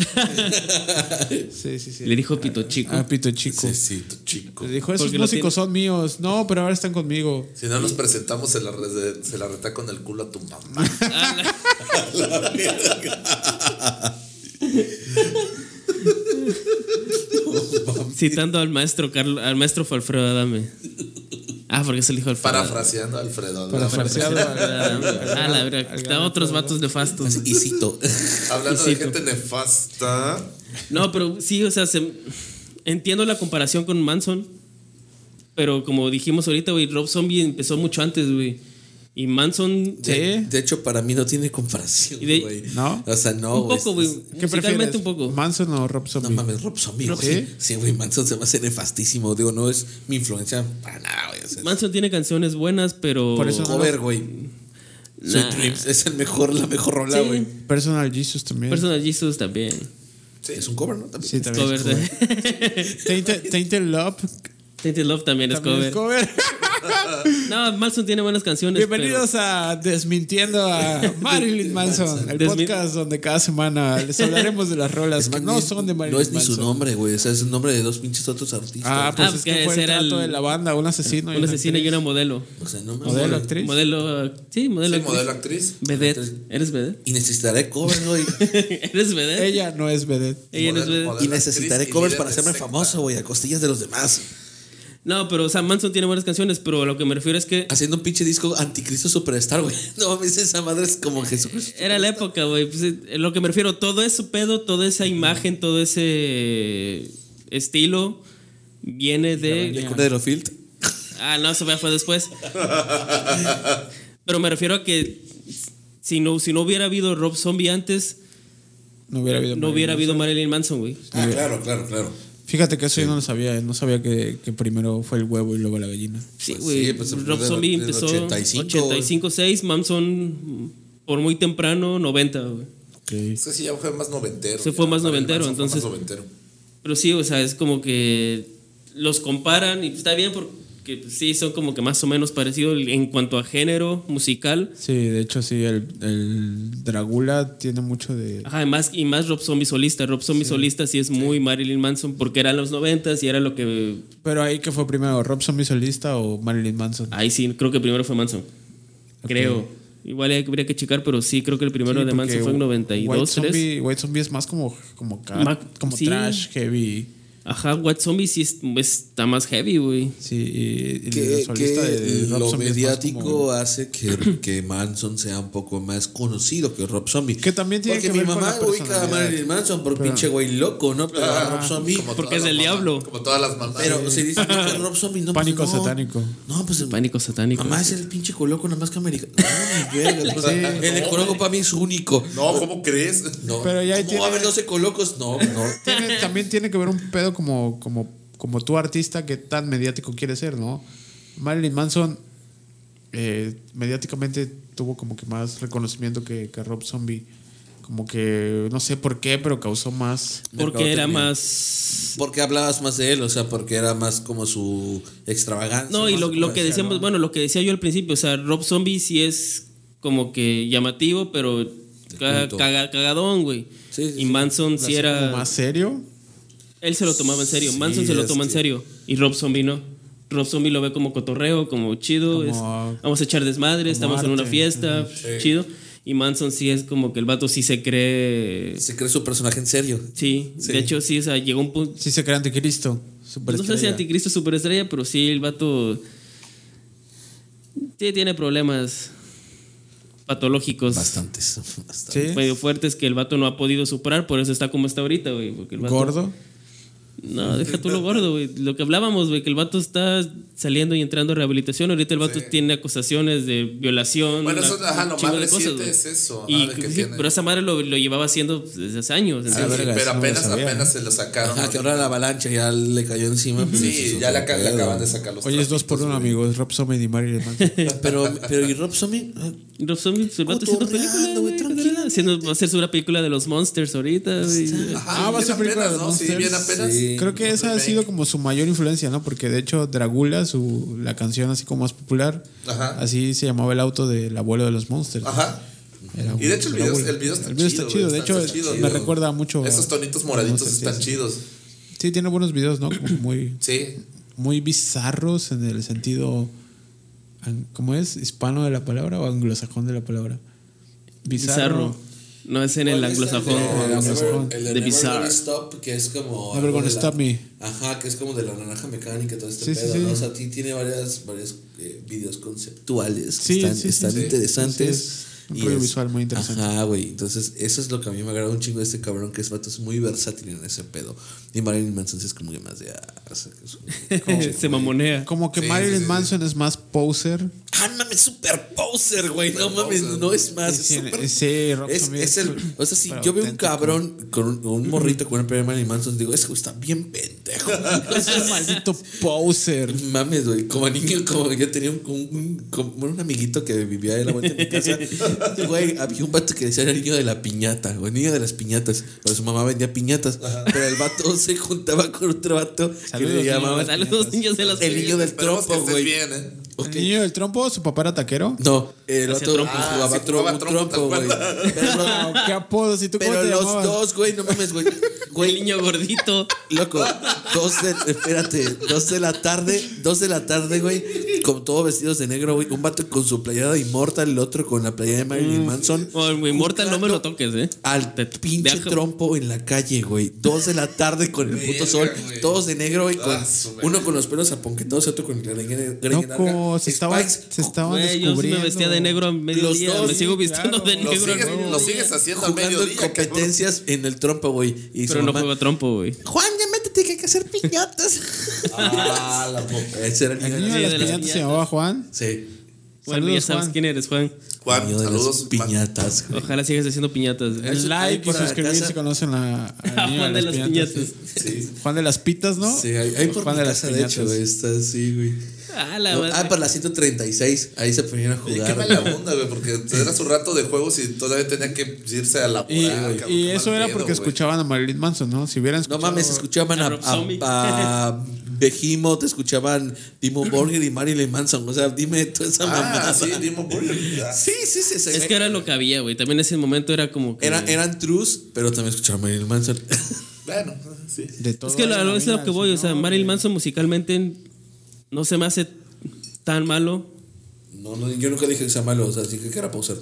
S1: Sí, sí, sí.
S4: le dijo Pito Chico.
S1: Ah, Pito Chico.
S5: Necesito, chico.
S1: Le dijo, esos
S4: Porque lo
S1: músicos son míos. No, pero ahora están conmigo.
S5: Si no nos presentamos, se la, re- se la reta con el culo a tu mamá. La verga.
S4: *laughs* Citando al maestro Carlos, al maestro Alfredo Adame. Ah, porque se le dijo Alfredo.
S5: Parafraseando a Alfredo. ¿no?
S1: Parafraseado al- al- al-
S4: Ah, la verdad.
S1: al-
S4: Está otros vatos nefastos.
S6: Y cito.
S5: Hablando
S4: Sí,
S5: de
S4: tú.
S5: gente nefasta.
S4: No, pero sí, o sea, se- entiendo la comparación con Manson. Pero como dijimos ahorita, güey, Rob Zombie empezó mucho antes, güey. Y Manson.
S6: De, de hecho, para mí no tiene comparación,
S4: Y de-
S6: güey.
S1: ¿No?
S6: O sea, no,
S4: un poco, güey.
S1: ¿Qué prefieres?
S4: Musicalmente un poco.
S1: ¿Manson o Rob
S6: No
S1: Zombie?
S6: mames, Rob Zombie,
S1: ¿Rob
S6: güey.
S1: sí?
S6: Sí, güey, Manson se me hace nefastísimo. Digo, no es mi influencia para nada, güey. O sea,
S4: Manson tiene canciones buenas, pero.
S1: Por eso no
S6: cover, güey. Sweet Dreams es el mejor, la mejor rola,
S4: Sí.
S6: güey.
S1: Personal Jesus también.
S4: Personal Jesus también.
S6: Es un cover, ¿no? También.
S1: Sí, también.
S4: Cover de- ¿eh?
S1: Tainted, Tainted Love.
S4: *laughs* Tainted Love también, es
S1: También
S4: cover.
S1: es cover.
S4: No, Manson tiene buenas canciones.
S1: Bienvenidos a Desmintiendo a
S4: *laughs*
S1: Marilyn Manson, el
S4: Desmin-
S1: podcast donde cada semana les hablaremos
S4: *laughs*
S1: de las rolas
S6: Es
S1: que
S6: más,
S1: no son de Marilyn
S6: No es ni
S1: Manson.
S6: su nombre, güey. O sea, es el nombre de dos pinches otros artistas.
S1: Ah, pues
S4: Ah,
S1: es que
S4: pues que
S1: fue el
S4: ese era
S1: trato
S4: el-
S1: de la banda, un asesino
S4: pero un asesino y una modelo.
S6: o sea, no mames.
S1: modelo actriz.
S4: Modelo, uh, sí, modelo.
S5: Sí,
S4: actriz.
S5: modelo actriz.
S4: Vedette. ¿Eres vedette? *laughs*
S6: Y necesitaré cover, *laughs* güey.
S4: ¿Eres vedette?
S1: Ella no es vedette.
S4: Ella no es
S5: Modelo,
S4: vedette.
S5: modelo.
S6: y necesitaré
S5: actriz y
S6: covers
S5: líder
S6: para
S5: de
S6: hacerme
S5: secta.
S6: famoso, güey, a costillas de los demás.
S4: No, pero o sea, Manson tiene buenas canciones, pero a lo que me refiero es que
S6: Haciendo un pinche disco anticristo superstar, güey. *laughs* No mames, esa madre es como Jesucristo.
S4: era la época, güey. Pues, eh, lo que me refiero, todo ese pedo, toda esa imagen, todo ese estilo viene
S6: ¿De
S4: de.
S6: cuna de los Field?
S4: Ah, no, eso ya fue después. Pero me refiero a que si no, si no hubiera habido Rob Zombie antes,
S1: No hubiera habido.
S4: no
S1: Marilyn
S4: hubiera habido Marilyn Manson, Pues güey.
S5: Ah, claro, claro, claro.
S1: Manson. Fíjate que eso yo no lo sabía. eh. No sabía que, que primero fue el huevo y luego la gallina.
S4: Sí,
S6: Pues
S4: güey.
S6: sí, pues, se
S4: Rob
S6: fue de-
S4: Zombie
S6: del
S4: empezó
S6: 85,
S4: 85, 6, Manson por muy temprano 90, güey.
S5: Es que sí, ya fue más noventero.
S4: Se
S5: ya.
S4: fue más
S5: Marilyn
S4: noventero,
S5: Manson fue más noventero.
S4: Pero sí, o sea, es como que los comparan y está bien porque pues, sí son como que más o menos parecidos en cuanto a género musical.
S1: Sí, de hecho sí, el, el Dragula tiene mucho de...
S4: Ajá, y más, y más Rob Zombie solista. Rob Zombie solista sí es muy Marilyn Manson porque eran los 90 y era lo que
S1: Pero ahí que fue primero, Rob Zombie solista o Marilyn Manson.
S4: Ahí sí, creo que el primero fue Manson. Creo. Igual hay- habría que checar, pero sí, creo que el primero
S1: Sí,
S4: de Manson
S1: porque
S4: fue en
S1: White
S4: 92, 3.
S1: Zombie, White Zombie es más como, como, ca-
S4: Ma-
S1: como
S4: sí.
S1: trash, heavy.
S4: Ajá, White Zombie sí es- está más heavy, güey.
S1: Sí, y, y
S6: que,
S1: el solista
S6: que
S1: de, de Rob
S6: lo
S1: Zombie es más
S6: mediático *laughs*
S1: como-
S6: hace que, que Manson sea un poco más conocido que Rob Zombie.
S1: Que también tiene
S6: Porque
S1: que
S6: mi
S1: ver con
S6: mamá
S1: la
S6: ubica a
S1: personalidad.
S6: Marilyn Manson por pinche güey loco, ¿no? Pero a Rob Zombie.
S5: Como
S4: Porque
S5: todas las
S4: es del
S5: mamás-
S4: diablo.
S5: Como todas las mamás.
S6: Pero se dice no, que Rob Zombie no pues,
S1: Pánico
S6: no.
S1: satánico.
S6: No, pues
S4: Pánico satánico.
S6: Mamá es el pinche coloco, nada más que americano. No, *laughs* mi verga, o sea, el de coloco para mí es único.
S5: No, ¿cómo crees?
S6: No,
S1: Pero ya ahí
S6: ¿Cómo
S1: tiene-
S6: va a haber 12 colocos?
S5: *laughs*
S6: No, no.
S1: Tiene- también tiene que ver un pedo como, como, como tu artista que tan mediático quiere ser, ¿no? Marilyn Manson eh, mediáticamente tuvo como que más reconocimiento que, que Rob Zombie. Como que no sé por qué, pero causó más.
S4: Porque era
S6: mercadotecnia.
S4: más.
S6: Porque hablabas más de él, o sea, porque era más como su extravagancia.
S4: No, y
S6: más
S4: lo,
S6: su
S4: lo que
S6: comercial,
S4: decíamos,
S6: ¿no?
S4: bueno, lo que decía yo al principio, o sea, Rob Zombie sí es como que llamativo, pero ca-
S6: culto.
S4: caga- cagadón, güey.
S6: Sí, sí,
S4: y
S6: sí.
S4: Manson sí
S1: así
S4: era.
S1: como más serio.
S4: Él se lo tomaba en serio.
S6: Sí,
S4: Manson se lo
S6: es
S4: toma en
S6: que-
S4: serio. Y Rob Zombie no. Rob Zombie lo ve como cotorreo, como chido. es-
S1: Como-
S4: vamos a echar desmadre, estamos en una
S1: arte.
S4: fiesta, chido. Y Manson sí es como que el vato sí se cree.
S6: Se cree su personaje en serio.
S4: Sí, de hecho sí, o sea, llegó un punto.
S1: Sí se crea anticristo.
S4: No sé si
S1: superestrella.
S4: anticristo es superestrella, pero sí, el vato. Sí, tiene problemas patológicos
S6: Bastantes. bastantes.
S1: Sí.
S4: medio fuertes que el vato no ha podido superar, por eso está como está ahorita, güey. porque el vato-
S1: Gordo.
S4: No, deja tú lo gordo, güey. Lo que hablábamos, güey, que el vato está saliendo y entrando a rehabilitación. Ahorita el vato tiene acusaciones de violación.
S5: Bueno,
S4: una-
S5: eso, ajá, lo
S4: un chingo
S5: más
S4: de cosas,
S5: reciente
S4: güey.
S5: es eso,
S4: Y,
S5: ajá, de que
S4: sí,
S5: tiene-
S4: pero esa madre lo, lo llevaba haciendo desde hace años.
S5: Sí,
S1: Ah,
S4: entonces-
S5: sí,
S1: verga,
S5: pero
S1: eso no lo
S5: apenas,
S1: sabía. Ah,
S5: apenas se lo sacaron.
S6: Ajá, que ahora la avalancha ya le cayó encima. pues, eso
S5: Sí,
S6: es
S5: ya le,
S6: otro
S5: aca- le
S6: pedo.
S5: acaban de sacar los
S1: Oye, es dos por
S5: trapitos,
S1: uno,
S5: güey.
S1: amigos. Rob Zombie y Marilyn Manson.
S5: *laughs*
S6: Pero, pero, ¿y Rob Zombie? Ah,
S4: Rob Zombie, el vato haciendo
S6: Cotorreando,
S4: películas,
S6: güey,
S4: güey,
S6: tranquilamente.
S4: ¿verdad? Haciendo- va a hacer una película de los Monsters ahorita,
S5: Ajá,
S4: güey.
S1: Ah, va a
S5: bien
S1: ser película
S5: apenas,
S1: de
S5: ¿no? Sí,
S1: Monsters.
S5: bien apenas.
S6: Sí.
S1: Creo que esa ha sido como su mayor influencia, ¿no? Porque de hecho Dragula, su, la canción así como más popular,
S5: Ajá.
S1: así se llamaba el auto del abuelo de los monsters.
S5: Ajá.
S1: Era
S5: Y de hecho el video,
S1: Dragula.
S5: el video está
S1: El video
S5: chido.
S1: De
S5: güey, está-
S1: hecho,
S5: está chido,
S1: me
S5: güey.
S1: recuerda mucho. a-
S5: *laughs* Esos tonitos moraditos
S1: Monsters,
S5: están
S1: sí, sí.
S5: chidos.
S1: Sí, tiene buenos videos, ¿no? Como muy,
S5: Sí.
S1: muy bizarros en el sentido. an- ¿Cómo es? ¿Hispano de la palabra o anglosajón de la palabra?
S4: Bizarro. No es en el anglosajón.
S1: de-
S6: El
S1: anglosajón.
S6: de
S4: De
S6: Never
S4: Bizarre.
S6: Gonna Stop, que es como.
S1: Never
S6: algo
S1: Gonna
S6: de la-
S1: Stop Me.
S6: Ajá, que es como de la naranja mecánica, todo este
S1: Sí, sí,
S6: pedo,
S1: sí.
S6: ¿no? O sea, ti- tiene varias, varios eh, videos conceptuales que
S1: Sí,
S6: están,
S1: sí, sí,
S6: están
S1: sí.
S6: interesantes.
S1: Sí, es un rollo visual muy interesante.
S6: Ajá, güey. Entonces, eso es lo que a mí me agrada un chingo de este cabrón, que es vato es muy versátil en ese pedo. Y Marilyn Manson sí es como que más de. ah, o sea,
S1: *laughs*
S6: que es
S4: *laughs*
S6: un-
S4: Se mamonea.
S1: Como que
S5: Sí,
S1: Marilyn
S5: sí, sí,
S1: Manson es más poser.
S6: ¡Ah, no mames! ¡Super poser, güey! No
S5: Super
S6: mames,
S5: poser.
S6: no es más. Es
S1: Sí,
S6: super
S1: sí, Rob
S6: Ah, Es,
S1: Zombie
S6: es
S1: es-
S6: el, o sea, si
S1: pero
S6: yo veo un
S1: auténtico.
S6: cabrón con un, un morrito con una pelea de Marilyn Manson, digo, es que está bien pendejo.
S1: *laughs* Ese maldito poser.
S6: Mames, güey, como niño, como yo tenía un, un- como un amiguito que vivía de la vuelta de mi
S5: *laughs*
S6: casa. Güey, había un vato que decía era el niño de la piñata, o el niño de las piñatas. Pero su mamá vendía piñatas. Pero el vato se juntaba con otro vato que
S1: Saludos,
S6: le llamaban
S4: A los niños de las
S6: el niño del
S5: Esperemos que estés
S6: trompo, güey.
S5: bien, ¿eh?
S6: *laughs* Ok.
S1: El niño del trompo, su papá era taquero.
S6: No, el
S4: Hacía
S6: vato
S4: trompo.
S5: Ah,
S6: jugaba
S5: sí, jugaba
S6: tro-
S5: trompo,
S6: un
S5: tal
S6: trompo, güey.
S5: cual.
S6: Pero,
S1: Ah,
S5: *laughs*
S1: ¿Qué apodos? ¿Y tú cómo
S6: pero
S1: te
S6: los
S1: llamabas?
S6: dos, güey, no mames, güey.
S4: El
S6: Güey,
S4: niño
S6: *laughs*
S4: gordito.
S6: Loco, dos de, espérate, dos de la tarde, dos de la tarde, güey, con todos vestidos de negro, güey, un vato con su playera de Immortal, el otro con la playera de Marilyn Manson.
S4: O Mm. Oh, el Immortal, no me lo toques, eh.
S6: Al
S4: Te-
S6: pinche
S4: deja-
S6: trompo en la calle, güey. Dos de la tarde con el puto
S5: Verga,
S6: sol,
S5: güey.
S6: todos de negro, güey, con-
S5: Ah, su verga.
S6: uno con los pelos aponquetados, otro con el greña- greña
S1: Loco,
S6: larga.
S1: se estaban,
S6: Spikes.
S1: se estaban
S4: Güey, yo sí
S1: descubriendo.
S4: me vestía de negro a mediodía.
S6: dos,
S4: Me
S6: sí,
S4: sigo vistiendo
S1: claro.
S4: de
S5: Lo
S4: negro.
S5: sigues,
S4: a
S5: lo
S4: mediodía.
S5: sigues haciendo a
S6: Jugando en
S5: mediodía, cabrón.
S6: competencias en el trompo, güey. Y su
S4: Pero no
S6: mamá,
S4: juego trompo, güey.
S6: Juan, ya métete que hay que hacer piñatas. ah, la poca. Ese era el
S1: El
S6: niño.
S1: niño
S4: Sí,
S1: de
S4: de
S1: las
S4: las
S1: piñatas se llamaba Juan.
S6: Sí.
S4: Bueno, ya
S1: Saludos,
S4: sabes
S1: Juan.
S4: quién eres, Juan.
S5: Juan,
S6: Niño de las
S5: saludos.
S6: piñatas. güey.
S4: Ojalá sigas haciendo piñatas. *laughs* güey.
S1: El
S6: ahí
S1: like y
S6: por la
S1: suscribirse
S6: casa.
S1: conocen Eh, a,
S4: *laughs*
S1: al
S4: A
S1: niño
S4: Juan de las piñatas.
S6: Sí.
S1: Juan de las pitas, ¿no?
S6: Sí, ahí, ahí por
S1: Oh, Juan
S6: mi
S1: de las
S6: casa, de
S1: piñatas.
S6: hecho, güey, está así, güey.
S4: Ah, la
S6: No,
S4: madre.
S6: ah, para la 136, ahí se ponían a
S5: Oye, Qué
S6: jugar.
S5: mala
S6: güey.
S5: onda, güey, porque era su rato de juegos y todavía tenía que irse a la
S1: y,
S5: porada,
S1: y
S5: cabrón, qué
S1: eso
S5: mal
S1: era
S5: pedo,
S1: porque
S5: güey.
S1: escuchaban a Marilyn Manson, ¿no? Si hubieran
S6: No
S1: escuchado.
S6: mames, escuchaban a,
S4: A Rob Zombie.
S6: a, a Behemoth, escuchaban
S1: *clears throat*
S6: Dimo Borger y Marilyn Manson. O sea, dime toda esa mamada.
S5: Ah, sí, Dimo Burger.
S6: Sí, sí, sí. sí.
S4: Es que era lo que había, güey. También ese momento era como que.
S6: eh, Era- eran trus, pero también escuchaban Marilyn Manson. *laughs*
S5: Bueno, sí.
S1: de todo
S4: es que
S1: era
S4: lo, es
S1: vida,
S4: lo que voy. O
S1: ¿no?
S4: sea, Marilyn Manson musicalmente no se me hace tan malo.
S6: No, no, yo nunca dije que sea malo, o sea, sí que era pausar.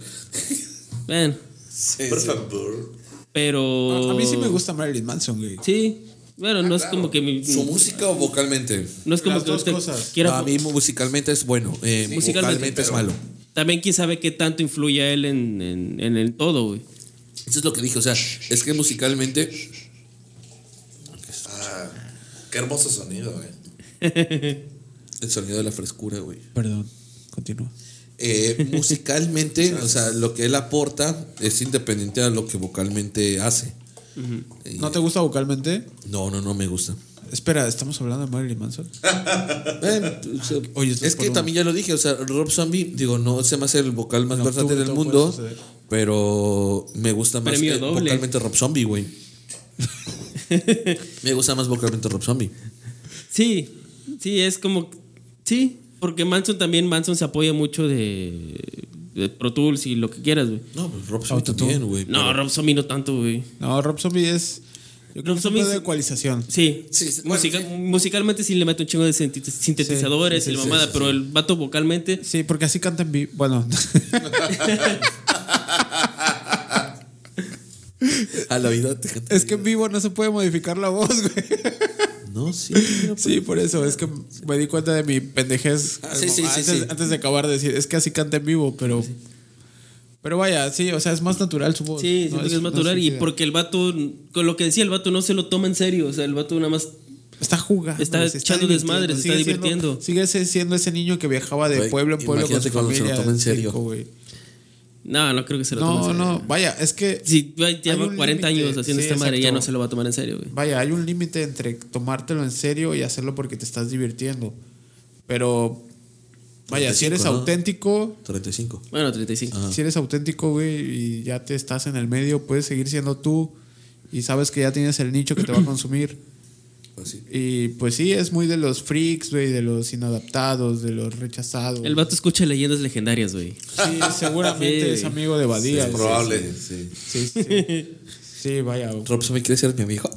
S4: Bueno,
S6: Sí,
S5: Por
S6: sí.
S5: favor.
S4: pero.
S1: A mí sí me gusta Marilyn Manson, güey.
S4: Sí. Bueno, no es como que mi-
S6: ¿Su música o vocalmente?
S4: no es como
S1: Las
S4: que
S1: dos
S4: ahorita
S1: cosas.
S4: quiera
S6: No, a mí musicalmente es bueno, eh,
S4: Musicalmente,
S6: vocalmente es
S4: pero-
S6: malo.
S4: También quién sabe qué tanto influye a él en, en, en el todo, güey.
S6: Eso es lo que dije, o sea, es que musicalmente
S5: Ah, qué hermoso sonido, güey.
S6: *laughs* el sonido de la frescura, güey.
S1: Perdón, continúa.
S6: Eh,
S5: *laughs*
S6: musicalmente, o sea, lo que él aporta es independiente a lo que vocalmente hace. Y-
S1: ¿No te gusta vocalmente?
S6: No, no, no me gusta.
S1: Espera, ¿estamos hablando de Marilyn Manson?
S6: Eh, o sea,
S1: Ah, Oye, esto
S6: es que
S1: por un-
S6: también ya lo dije, o sea, Rob Zombie, digo, no se me hace el vocal más
S1: En
S6: versátil
S1: octubre
S6: del
S1: todo
S6: mundo,
S1: puede suceder.
S6: pero me gusta más
S4: Premio
S6: que
S4: doble.
S6: vocalmente Rob
S4: *laughs*
S6: Zombie, güey. me gusta más vocalmente Rob Zombie.
S4: Sí, sí, es como. Sí, porque Manson también, Manson se apoya mucho de, de Pro Tools y lo que quieras, güey.
S6: No, pues Rob Zombie también, güey.
S4: No,
S6: pero-
S4: Rob Zombie no tanto, güey.
S1: No, Rob Zombie es. Yo creo
S4: Rob
S1: que es un
S4: Zombie
S1: pedo
S4: es-
S1: de ecualización.
S4: Sí,
S6: Sí, sí,
S4: musica-
S6: bueno,
S4: musicalmente sí le mete un chingo de sinti- sintetizadores
S1: Sí, sí,
S4: y la
S1: sí,
S4: mamada,
S1: sí,
S4: pero el vato vocalmente.
S1: Sí, porque así cantan. vi- Bueno, *laughs*
S6: A la vida te- te-
S1: es que en vivo no se puede modificar la voz, güey.
S6: No, sí.
S1: Sí, por eso. Es que me di cuenta de mi pendejez
S6: Ah, sí, sí, sí,
S1: antes,
S6: sí.
S1: antes de acabar de decir. Es que así canta en vivo, pero. Pero vaya, sí, o sea, es más natural su voz.
S4: Sí,
S1: pues, No
S4: siento que es
S1: no
S4: natural y
S1: fingida.
S4: porque el vato, con lo que decía el vato, no se lo toma en serio. O sea, el vato nada más.
S1: Está jugando.
S4: Está echando
S1: divirtiendo,
S4: desmadre, se
S1: sigue
S4: está
S1: siendo-
S4: divirtiendo.
S1: sigue se- siendo ese niño que viajaba de
S6: Güey,
S1: pueblo en pueblo con
S6: imagínate
S1: su
S6: cuando se lo
S1: familia.
S6: toma en serio.
S1: chico, güey.
S4: No, no creo que se lo tome en
S1: No,
S4: serio.
S1: no, vaya, es que.
S4: Si ya
S1: Hay
S4: lleva
S1: un
S4: 40
S1: límite,
S4: años haciendo
S1: sí,
S4: esta madre, ya
S1: exacto.
S4: no se lo va a tomar en serio, güey.
S1: Vaya, hay un límite entre tomártelo en serio y hacerlo porque te estás divirtiendo. Pero, vaya, si
S6: 35,
S1: eres
S6: ¿no?
S1: auténtico,
S6: 35.
S4: Bueno, 35.
S1: si eres auténtico, güey, y ya te estás en el medio, puedes seguir siendo tú y sabes que ya tienes el nicho que te va a consumir.
S6: Así.
S1: Y pues sí, es muy de los freaks, güey, de los inadaptados, de los rechazados.
S4: El vato escucha leyendas legendarias, güey. *laughs*
S1: Sí, seguramente
S4: Sí.
S1: es amigo de Badía.
S5: Es
S1: güey.
S5: probable.
S1: Sí, sí. Sí, vaya. güey.
S6: Rob Zombie quiere ser
S4: *laughs*
S6: mi amigo.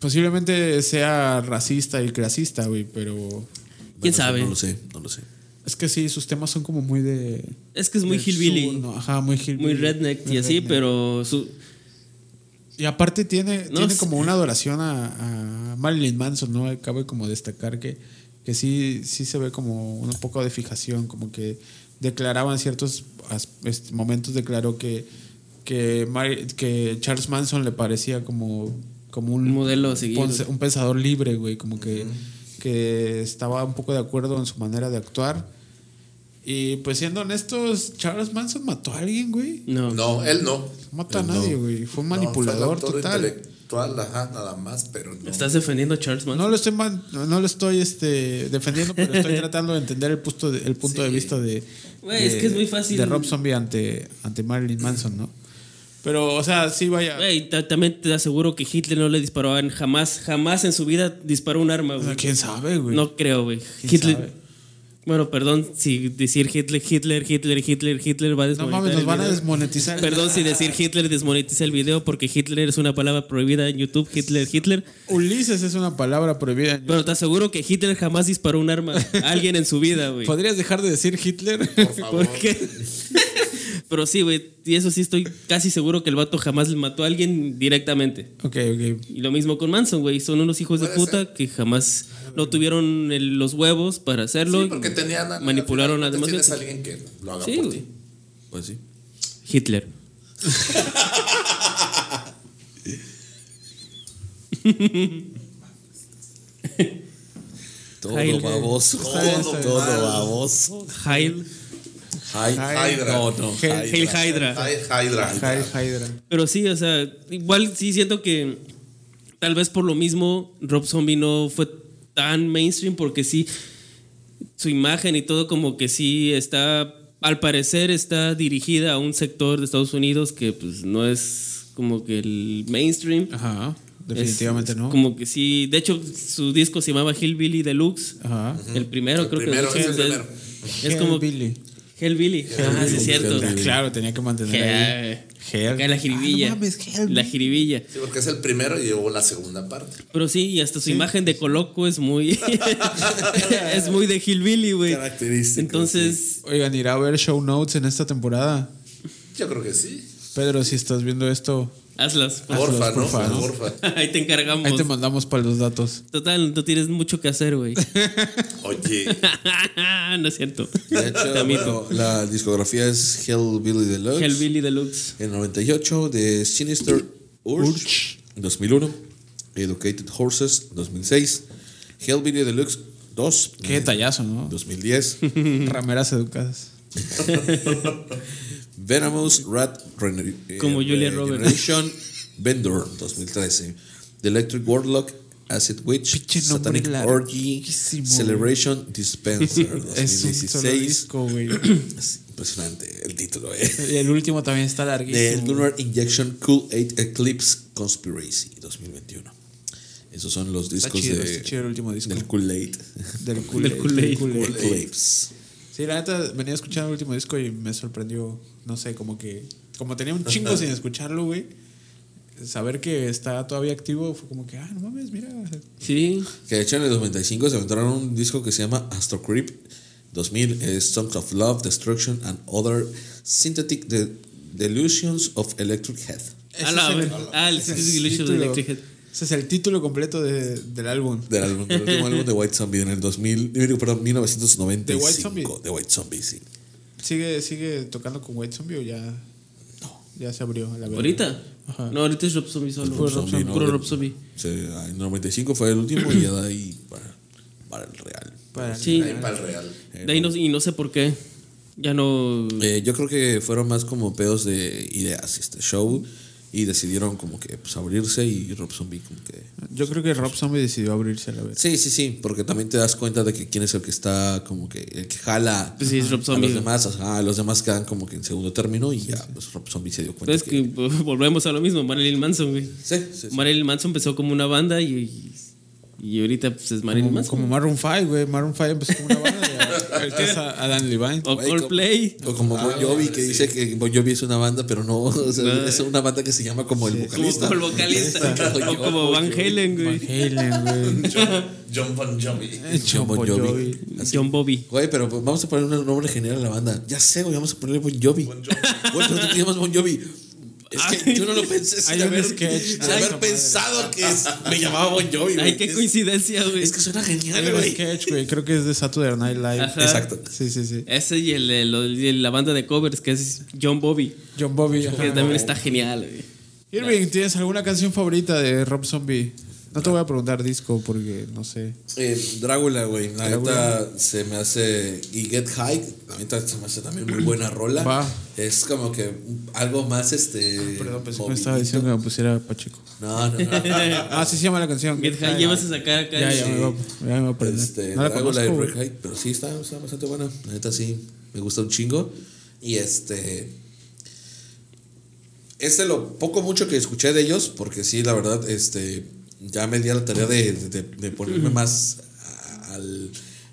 S1: Posiblemente sea racista y clasista, güey, pero
S6: Bueno, eso
S4: sabe?
S6: No lo sé, no lo sé.
S1: Es que sí, sus temas son como muy de.
S4: Es que es muy
S1: del
S4: hillbilly,
S1: sur, ¿no? Ajá, muy hillbilly.
S4: muy redneck y así,
S1: redneck.
S4: pero su,
S1: Y aparte tiene,
S4: No
S1: tiene
S4: sé.
S1: como una adoración a, a Marilyn Manson, ¿no? Cabe como destacar que, que sí, sí se ve como un poco de fijación, como que declaraban ciertos as- este, momentos, declaró que, que, Mar- que Charles Manson le parecía como, como un,
S4: Un modelo a seguir.
S1: ponce- un pensador libre, güey, como que, que estaba un poco de acuerdo en su manera de actuar. Y pues siendo honestos, Charles Manson mató a alguien, güey.
S4: no.
S5: No, él no.
S1: No mató a nadie, güey. Fue un manipulador
S5: No, fue el autor
S1: total.
S5: intelectual, ajá, nada más, pero no.
S4: Estás defendiendo a Charles Manson.
S1: No lo estoy, man- no lo estoy este, defendiendo, pero
S4: *laughs*
S1: estoy tratando de entender el, punto de, el punto de vista de,
S4: Güey,
S1: de-
S4: es que es muy fácil.
S1: de Rob Zombie ante, ante Marilyn Manson, ¿no? Pero, o sea, sí, vaya.
S4: Güey, ta- también te aseguro que Hitler no le disparó a- jamás, jamás en su vida disparó un arma,
S1: o
S4: güey.
S1: sea, ¿Quién sabe, güey?
S4: No creo, güey.
S1: ¿Quién
S4: Hitler.
S1: sabe?
S4: Bueno, perdón si decir Hitler, Hitler, Hitler, Hitler, Hitler va a
S1: No
S4: desmonetizar.
S1: mames, nos
S4: el
S1: van a
S4: video.
S1: desmonetizar.
S4: Perdón si decir Hitler desmonetiza el video porque Hitler es una palabra prohibida en YouTube. Hitler, Hitler.
S1: Ulises es una palabra prohibida.
S4: Pero te aseguro que Hitler jamás disparó un arma a alguien en su vida, güey.
S1: ¿Podrías dejar de decir Hitler?
S4: ¿Por qué? Pero sí, güey. Y eso sí, estoy casi seguro que el vato jamás le mató a alguien directamente.
S1: *laughs* ok, ok.
S4: Y lo mismo con Manson, güey. Son unos hijos de puta que jamás no tuvieron el- los huevos para hacerlo.
S5: Sí, porque tenían. al-
S4: manipularon a
S5: al
S4: las
S5: final,
S4: demás
S5: Tienes a alguien que lo haga
S4: Sí,
S5: por
S4: güey.
S5: ti.
S6: Pues sí.
S4: Hitler.
S6: Todo
S4: Hail,
S6: baboso.
S5: Está bien, está bien.
S6: Todo baboso.
S4: Hail.
S6: Hi-
S1: Hail.
S6: Hydra. No, no.
S1: Hail-
S6: Hydra.
S4: Hail Hydra.
S5: Ay, Hydra.
S1: Hi- Hydra.
S4: Pero sí, o sea, igual sí siento que tal vez por lo mismo Rob Zombie no fue tan mainstream porque sí, su imagen y todo como que sí está, al parecer está dirigida a un sector de Estados Unidos que pues no es como que el mainstream.
S1: Ajá,
S4: Es-
S1: Ah, definitivamente
S4: es
S1: no.
S4: Como que sí, de hecho su disco se llamaba Hillbilly Deluxe.
S1: Ajá.
S4: El primero, creo
S5: primero,
S4: que
S5: es el
S4: o sea,
S5: primero.
S4: Es como
S1: Hellbilly.
S4: Hellbilly. Ah, sí, es cierto.
S1: Claro, tenía que mantener ahí.
S4: Hell.
S1: Hell.
S4: Acá la jiribilla.
S1: Ah, no mames, Hellbilly.
S4: la jiribilla.
S5: Sí, porque es el primero y luego la segunda parte.
S4: Pero sí, y hasta su imagen de coloco es muy. es muy de Hillbilly, güey.
S5: Característico,
S4: Entonces,
S1: Oigan, irá a haber show notes en esta temporada.
S5: Yo creo que sí.
S1: Pedro, si estás viendo esto,
S4: Hazlas. pues.
S5: Porfa, ¿no?
S1: porfa, ¿no?
S5: Porfa.
S4: *laughs* Ahí te encargamos.
S1: Ahí te mandamos para los datos.
S4: Total, no tienes mucho que hacer, güey. *laughs*
S5: Oye,
S4: no es cierto.
S6: *laughs* De hecho,
S4: Te amito.
S6: bueno, la discografía es Hellbilly Deluxe.
S4: Hellbilly Deluxe.
S6: El 98 de Sinister Urge, 2001. Educated Horses, 2006. Hellbilly Deluxe 2.
S1: Qué detallazo, ¿no?
S6: 2010.
S1: *laughs* Rameras educadas.
S6: Venomous Rat Rener- eh,
S4: Como Julia Roberts.
S6: Regeneration Vendor 2013. The Electric Warlock Acid Witch
S1: Pinche nombre
S6: Satanic
S1: larguísimo,
S6: Orgy
S1: güey.
S6: Celebration Dispenser
S1: *laughs* Es un solo
S6: 2016.
S1: disco, güey.
S6: Es impresionante el título, eh.
S1: Y el último también está
S6: The
S1: larguísimo.
S6: Lunar Injection Cool 8 Eclipse Conspiracy 2021. Esos son los
S1: Está
S6: discos
S1: chido,
S6: de-
S1: está chido el último disco.
S6: del Kool-Aid.
S1: *laughs* Del Kool-Aid.
S4: Del Kool-Aid.
S1: Del Kool-Aid.
S6: Eclipse.
S1: Sí, la neta venía escuchando el último disco y me sorprendió, no sé, como que como tenía un chingo
S6: *laughs*
S1: sin escucharlo, güey. Saber que está todavía activo fue como que, ah, no mames, mira.
S4: Sí.
S6: Que de hecho en el 95 se aventaron un disco que se llama Astro Creep 2000, es Songs of Love, Destruction and Other Synthetic De- Delusions of Electric Head.
S4: A la
S1: Ese es
S4: vez. Ah, el
S1: ese es
S4: Synthetic Illusion
S1: título-
S4: Electric Head.
S1: Ese es el título completo de- del álbum.
S6: Del, álbum, del último álbum de White Zombie en el 2000, digo, perdón, 1995.
S1: ¿De White Zombie?
S6: De White Zombie, sí.
S1: ¿Sigue, sigue tocando con White Zombie o ya, ya se abrió la verga?
S4: ¿Ahorita?
S1: Ajá.
S4: No, ahorita es Rob Zombie solo.
S6: Rob Zombie, ¿no?
S4: Puro
S6: De-
S4: Rob Zombie.
S6: Sí, en el 95 fue el último y ya de ahí para, para el real.
S1: Para-
S4: Sí.
S5: ahí para el real.
S4: De ahí no, y no sé por qué. Ya no.
S6: Eh, yo creo que fueron más como pedos de ideas este show y decidieron como que pues, abrirse y Rob Zombie como que
S1: Yo creo que Rob Zombie decidió abrirse a la vez.
S6: Sí, sí, sí, porque también te das cuenta de que quién es el que está como que el que jala
S4: Pues sí, es Rob
S6: a
S4: Zombie.
S6: los demás, ajá, los demás quedan como que en segundo término y ya pues Rob Zombie se dio cuenta.
S4: Entonces, que *laughs*
S6: que-
S4: volvemos a lo mismo. Marilyn Manson, güey.
S6: Sí, sí, sí.
S4: Marilyn Manson empezó como una banda y, y ahorita pues, es Marilyn
S1: Como,
S4: Manson.
S1: como Maroon 5, güey. Maroon 5 empezó como una banda de- ahorita es a- Adam Levine.
S4: o
S6: Güey,
S4: Coldplay.
S6: O como Bon Jovi que dice que Bon Jovi es una banda, pero no, *laughs* o sea,
S4: No.
S6: es una banda que se llama como el
S4: Como,
S6: vocalista. pues,
S4: como el
S6: *laughs*
S4: vocalista. o como Van Halen,
S1: Van
S4: güey.
S1: Halen,
S5: *laughs*
S1: güey.
S5: John, John Bon Jovi.
S6: John Bon Jovi.
S4: John Bobby.
S6: Güey, pero pues, vamos a poner un nombre general a la banda. Ya sé, güey, vamos a ponerle Bon Jovi. Güey, pero tú te llamas Bon Jovi. Es que
S4: Ay.
S6: yo no lo pensé sin
S1: Hay un
S6: haber,
S1: sketch de
S6: sin
S1: esa
S6: haber
S1: madre.
S6: pensado que es- me llamaba Bon Jovi.
S4: Ay,
S6: güey.
S4: qué
S6: Es-
S4: coincidencia, güey.
S6: Es que suena
S1: Hay
S6: genial,
S1: un
S6: güey.
S1: sketch, güey. Creo que es de Saturday Night Live.
S4: Ajá.
S6: Exacto.
S1: Sí, sí, sí.
S4: Ese y el, el- el- la banda de covers que es John Bobby.
S1: John Bobby. ajá.
S4: Que también está genial, güey.
S1: Irving, ¿tienes alguna canción favorita de Rob Zombie? No te voy a preguntar disco porque no sé.
S6: Eh, Drácula, güey. La neta se me hace. Y Get High, la neta se me hace también muy buena rola.
S1: Va.
S6: Es como que algo más este.
S1: Ah, Perdón, pensé que me
S6: movidito.
S1: estaba diciendo que me pusiera Pacheco.
S6: No, no, no.
S1: Ah, sí se llama la canción.
S4: Get High, llevas a sacar acá. este,
S1: Ya,
S4: el-
S1: ya me voy a, ya me voy a aprender.
S6: Este,
S1: Pues, no la
S6: Drácula
S1: conozco,
S6: y
S1: güey.
S6: Red High, pero sí está, está bastante buena. La neta sí, me gusta un chingo. Y este. Este lo poco mucho que escuché de ellos, porque sí, la verdad, este. Ya me di a la tarea de, de- de ponerme
S1: Mm.
S6: más a- al.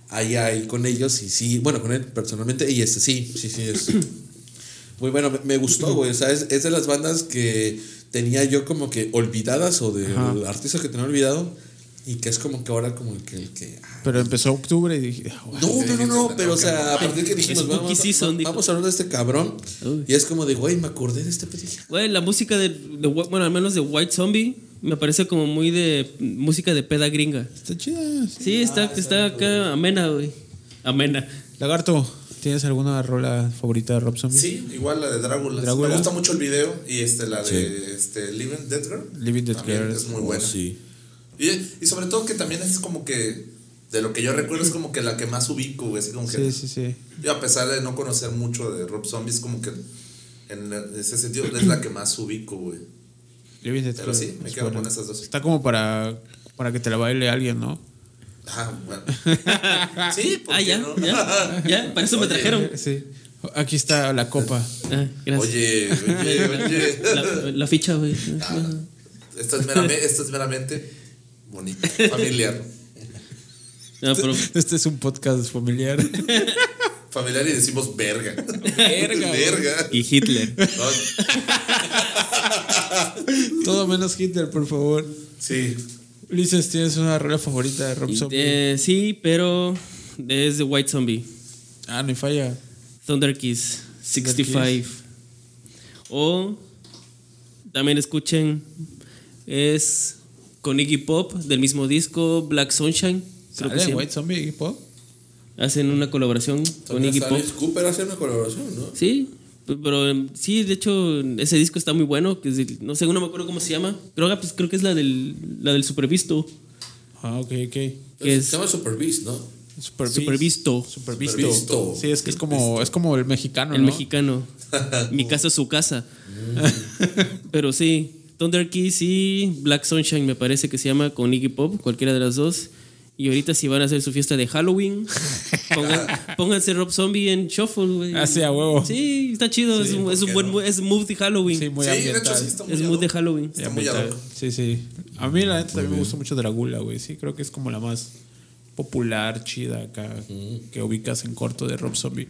S6: Ahí, ahí con ellos y sí, bueno, con él personalmente. Y este sí, sí,
S1: *coughs*
S6: sí, es. Muy bueno, me, me gustó, güey. O sea, es, es de las bandas que tenía yo como que olvidadas o de artistas que tenía olvidado y que es como que ahora como el que... El que ah,
S1: Pero empezó octubre y dije, ah, güey.
S6: no, no, no, no, pero o sea, a partir que dijimos,
S4: Spooky
S6: vamos,
S4: season, dijo.
S6: vamos a hablar de este cabrón.
S4: Uy.
S6: Y es como de, güey, me acordé de este pedillo.
S4: Güey, la música de, de- Bueno, al menos de White Zombie. Me parece como muy de música de peda gringa.
S1: está chida.
S4: Sí, está, está acá amena, güey. Amena.
S1: Lagarto, ¿tienes alguna rola favorita de Rob Zombie?
S5: Sí, igual la de Drácula.
S1: Drácula.
S5: Me gusta mucho el video y este, la de este, Living Dead Girl.
S1: Living Dead
S5: También
S1: Girl. Oh,
S5: Es
S6: Oh,
S5: muy buena. Y, y sobre todo que también es como que, de lo que yo recuerdo, es como que la que más ubico, güey. Así como que,
S1: Sí, sí, sí.
S5: Yo a pesar de no conocer mucho de Rob Zombie, es como que en ese sentido es la que más ubico, güey.
S1: Living Dead
S5: Pero
S1: Girl,
S5: sí, me
S1: es
S5: quedo
S1: buena.
S5: con esas dos.
S1: Está como para, para que te la baile alguien, ¿no?
S5: Ah,
S1: *laughs*
S5: bueno. sí, ¿por
S4: Ah,
S5: qué
S4: ya,
S5: no?
S4: ya, ya. Para eso me
S5: Oye,
S4: trajeron.
S1: Sí. Aquí está la copa.
S4: Ah, gracias.
S5: Oye, oye, oye.
S1: *laughs*
S4: La, la ficha, güey. Ah,
S5: Esto es meramente, esto es meramente bonito, familiar.
S4: No, pero
S1: *laughs* Este es un podcast
S4: *laughs*
S1: familiar.
S5: Familiar y decimos verga. Verga. verga.
S4: Y Hitler.
S5: No,
S1: Todo menos Hitler, por favor.
S5: sí.
S1: Ulises, ¿tienes una rola favorita de Rob Zombie?
S4: Eh, sí, pero es de White Zombie.
S1: Ah, no hay falla.
S4: Thunder Kiss 65. O También escuchen. Es con Iggy Pop del mismo disco, Black Sunshine. Creo que
S1: ¿Sale
S4: se llama.
S1: White Zombie Iggy Pop?
S4: Hacen una colaboración con Iggy Pop.
S5: Cooper hace una colaboración, ¿no?
S4: Sí, p- pero em, sí, de hecho, ese disco está muy bueno. que es el- no sé, no me acuerdo cómo se llama. Creo, que, pues, creo que es la del, la del Supervisto.
S1: Ah, ok, ok.
S4: Que
S5: Se
S4: es
S5: llama Super Beast, ¿no?
S1: Supervis-
S4: Supervisto,
S1: Supervisto.
S5: Supervisto.
S1: Sí, es que es como, es como el mexicano,
S4: el
S1: ¿no? *laughs*
S4: mexicano. Mi casa es su casa. pero sí, Thunder Kiss y Black Sunshine me parece que se llama con Iggy Pop, cualquiera de las dos. Y ahorita si van a hacer su fiesta
S1: *laughs*
S4: de Halloween, pongan- pónganse Rob Zombie en Shuffle, güey.
S1: Ah, sí, a huevo.
S4: Sí, está chido, es, un, es un buen mu- es mood de Halloween.
S1: Sí, muy
S5: sí, de
S1: ambiental.
S5: hecho sí está muy
S4: es
S5: ad
S4: mood de
S5: hoc.
S4: Halloween.
S5: Está muy ad hoc.
S1: Sí, sí. A mí la neta también me gusta mucho Dragula, güey. Sí, creo que es como la más popular, chida acá, que ubicas en corto de Rob Zombie.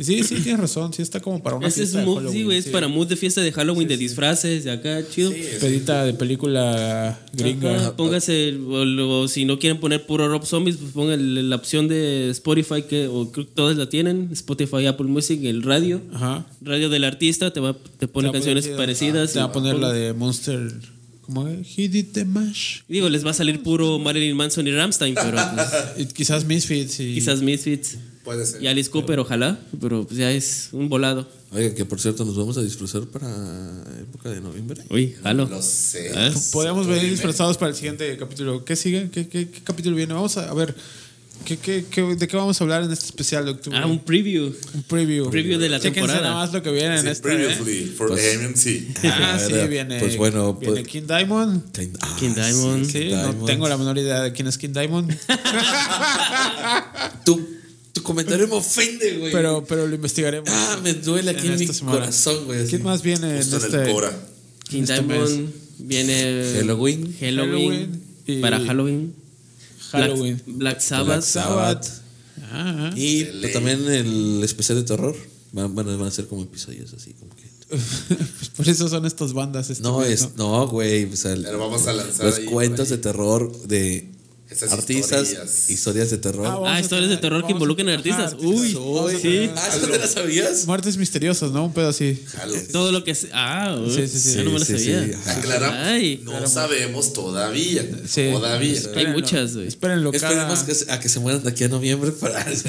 S1: Y sí, sí, tienes razón. Sí, está como para una
S4: Ese es
S1: fiesta de
S4: mood, sí,
S1: Halloween,
S4: güey, es
S1: sí.
S4: para mood de fiesta de Halloween, de disfraces, de acá, chido.
S1: Pedita de película gringa.
S4: Ajá, póngase, el- o, lo- si no quieren poner puro Rob Zombies, pues pongan la opción de Spotify, que o creo que todas la tienen, Spotify, Apple Music, el radio.
S1: Ajá.
S4: Radio del artista, te, va, te pone
S1: Te va a
S4: canciones
S1: poner- Ah,
S4: parecidas.
S1: Te
S4: y-
S1: va a poner la de Monster. ¿Cómo es? He did the mash.
S4: Digo, les va a salir puro Marilyn Manson y Ramstein, pero
S1: *laughs*
S4: pues,
S1: Y quizás Misfits y.
S4: quizás Misfits
S5: Puede ser.
S4: y Alice Cooper, ojalá, pero pues ya es un volado.
S6: Oiga, que por cierto, nos vamos a disfrazar para época de noviembre.
S4: Uy, jalo.
S5: No sé.
S6: ¿Eh?
S4: Ah,
S1: Podríamos Pues, venir disfrazados para el siguiente capítulo. ¿Qué sigue? ¿Qué, qué, qué capítulo viene? Vamos a, a ver. ¿qué, qué, qué, ¿De qué vamos a hablar en este especial de octubre?
S4: Ah, un preview.
S1: Un preview.
S4: Preview de la
S1: Chéquense
S4: temporada.
S1: nada más lo que viene en
S5: Sí,
S1: este. ¿eh?
S5: previously, for
S6: Pues,
S5: AMC.
S1: *laughs* Ah, sí,
S6: Era-
S1: viene.
S6: pues bueno,
S1: viene
S6: pues-
S1: King Diamond.
S6: Ah,
S4: King Diamond.
S1: Sí, no
S6: Diamond.
S1: tengo la menor idea de quién es King
S4: *laughs*
S1: Diamond.
S6: Tu, tu comentario me ofende, güey.
S1: pero, pero lo investigaremos.
S6: Ah, me duele aquí
S1: En
S6: en, mi
S1: esta semana.
S6: corazón, güey. así.
S1: ¿Quién más viene en
S5: Justo en
S1: este?
S6: ¿eh?
S5: el Cora.
S4: King
S1: este
S4: Diamond viene
S6: Halloween.
S4: Halloween,
S1: Halloween y-
S4: para Halloween.
S1: Halloween.
S4: Black, Black Sabbath.
S6: Black Sabbath.
S1: Ah, *laughs* ah.
S6: Y pues, también el especial de terror. Van, van, a- van a ser como episodios así, como que.
S1: Pues por eso son estas bandas. este
S6: No,
S1: mes,
S6: es, no, güey. o sea, el-
S5: Pero vamos a lanzar
S6: Los
S5: ahí por
S6: cuentos de
S5: ahí.
S6: terror de
S5: Esas
S6: artistas,
S5: historias.
S6: historias. de terror.
S1: Ah, vamos
S4: Ah,
S1: a
S4: historias de
S1: tener-
S4: terror
S1: vamos
S4: que
S1: a-
S4: involucran a
S1: ajá,
S4: artistas.
S1: artistas.
S4: Uy,
S6: Soy-
S4: sí.
S6: Ah, ¿eso te la sabías?
S1: Muertes misteriosas, ¿no? Un pedo así.
S5: Jalo.
S4: Todo lo que. se- Ah, uy,
S1: Sí, sí, sí.
S4: yo no me lo
S6: Sí, sí,
S4: sabía.
S6: sí, ajá.
S5: Aclaramos.
S4: Ay,
S5: no sabemos todavía.
S1: Sí.
S5: Todavía.
S4: hay muchas, güey.
S1: Espérenlo cada,
S6: Esperemos que se- a que se mueran de aquí a
S5: *laughs*
S6: noviembre para. *laughs*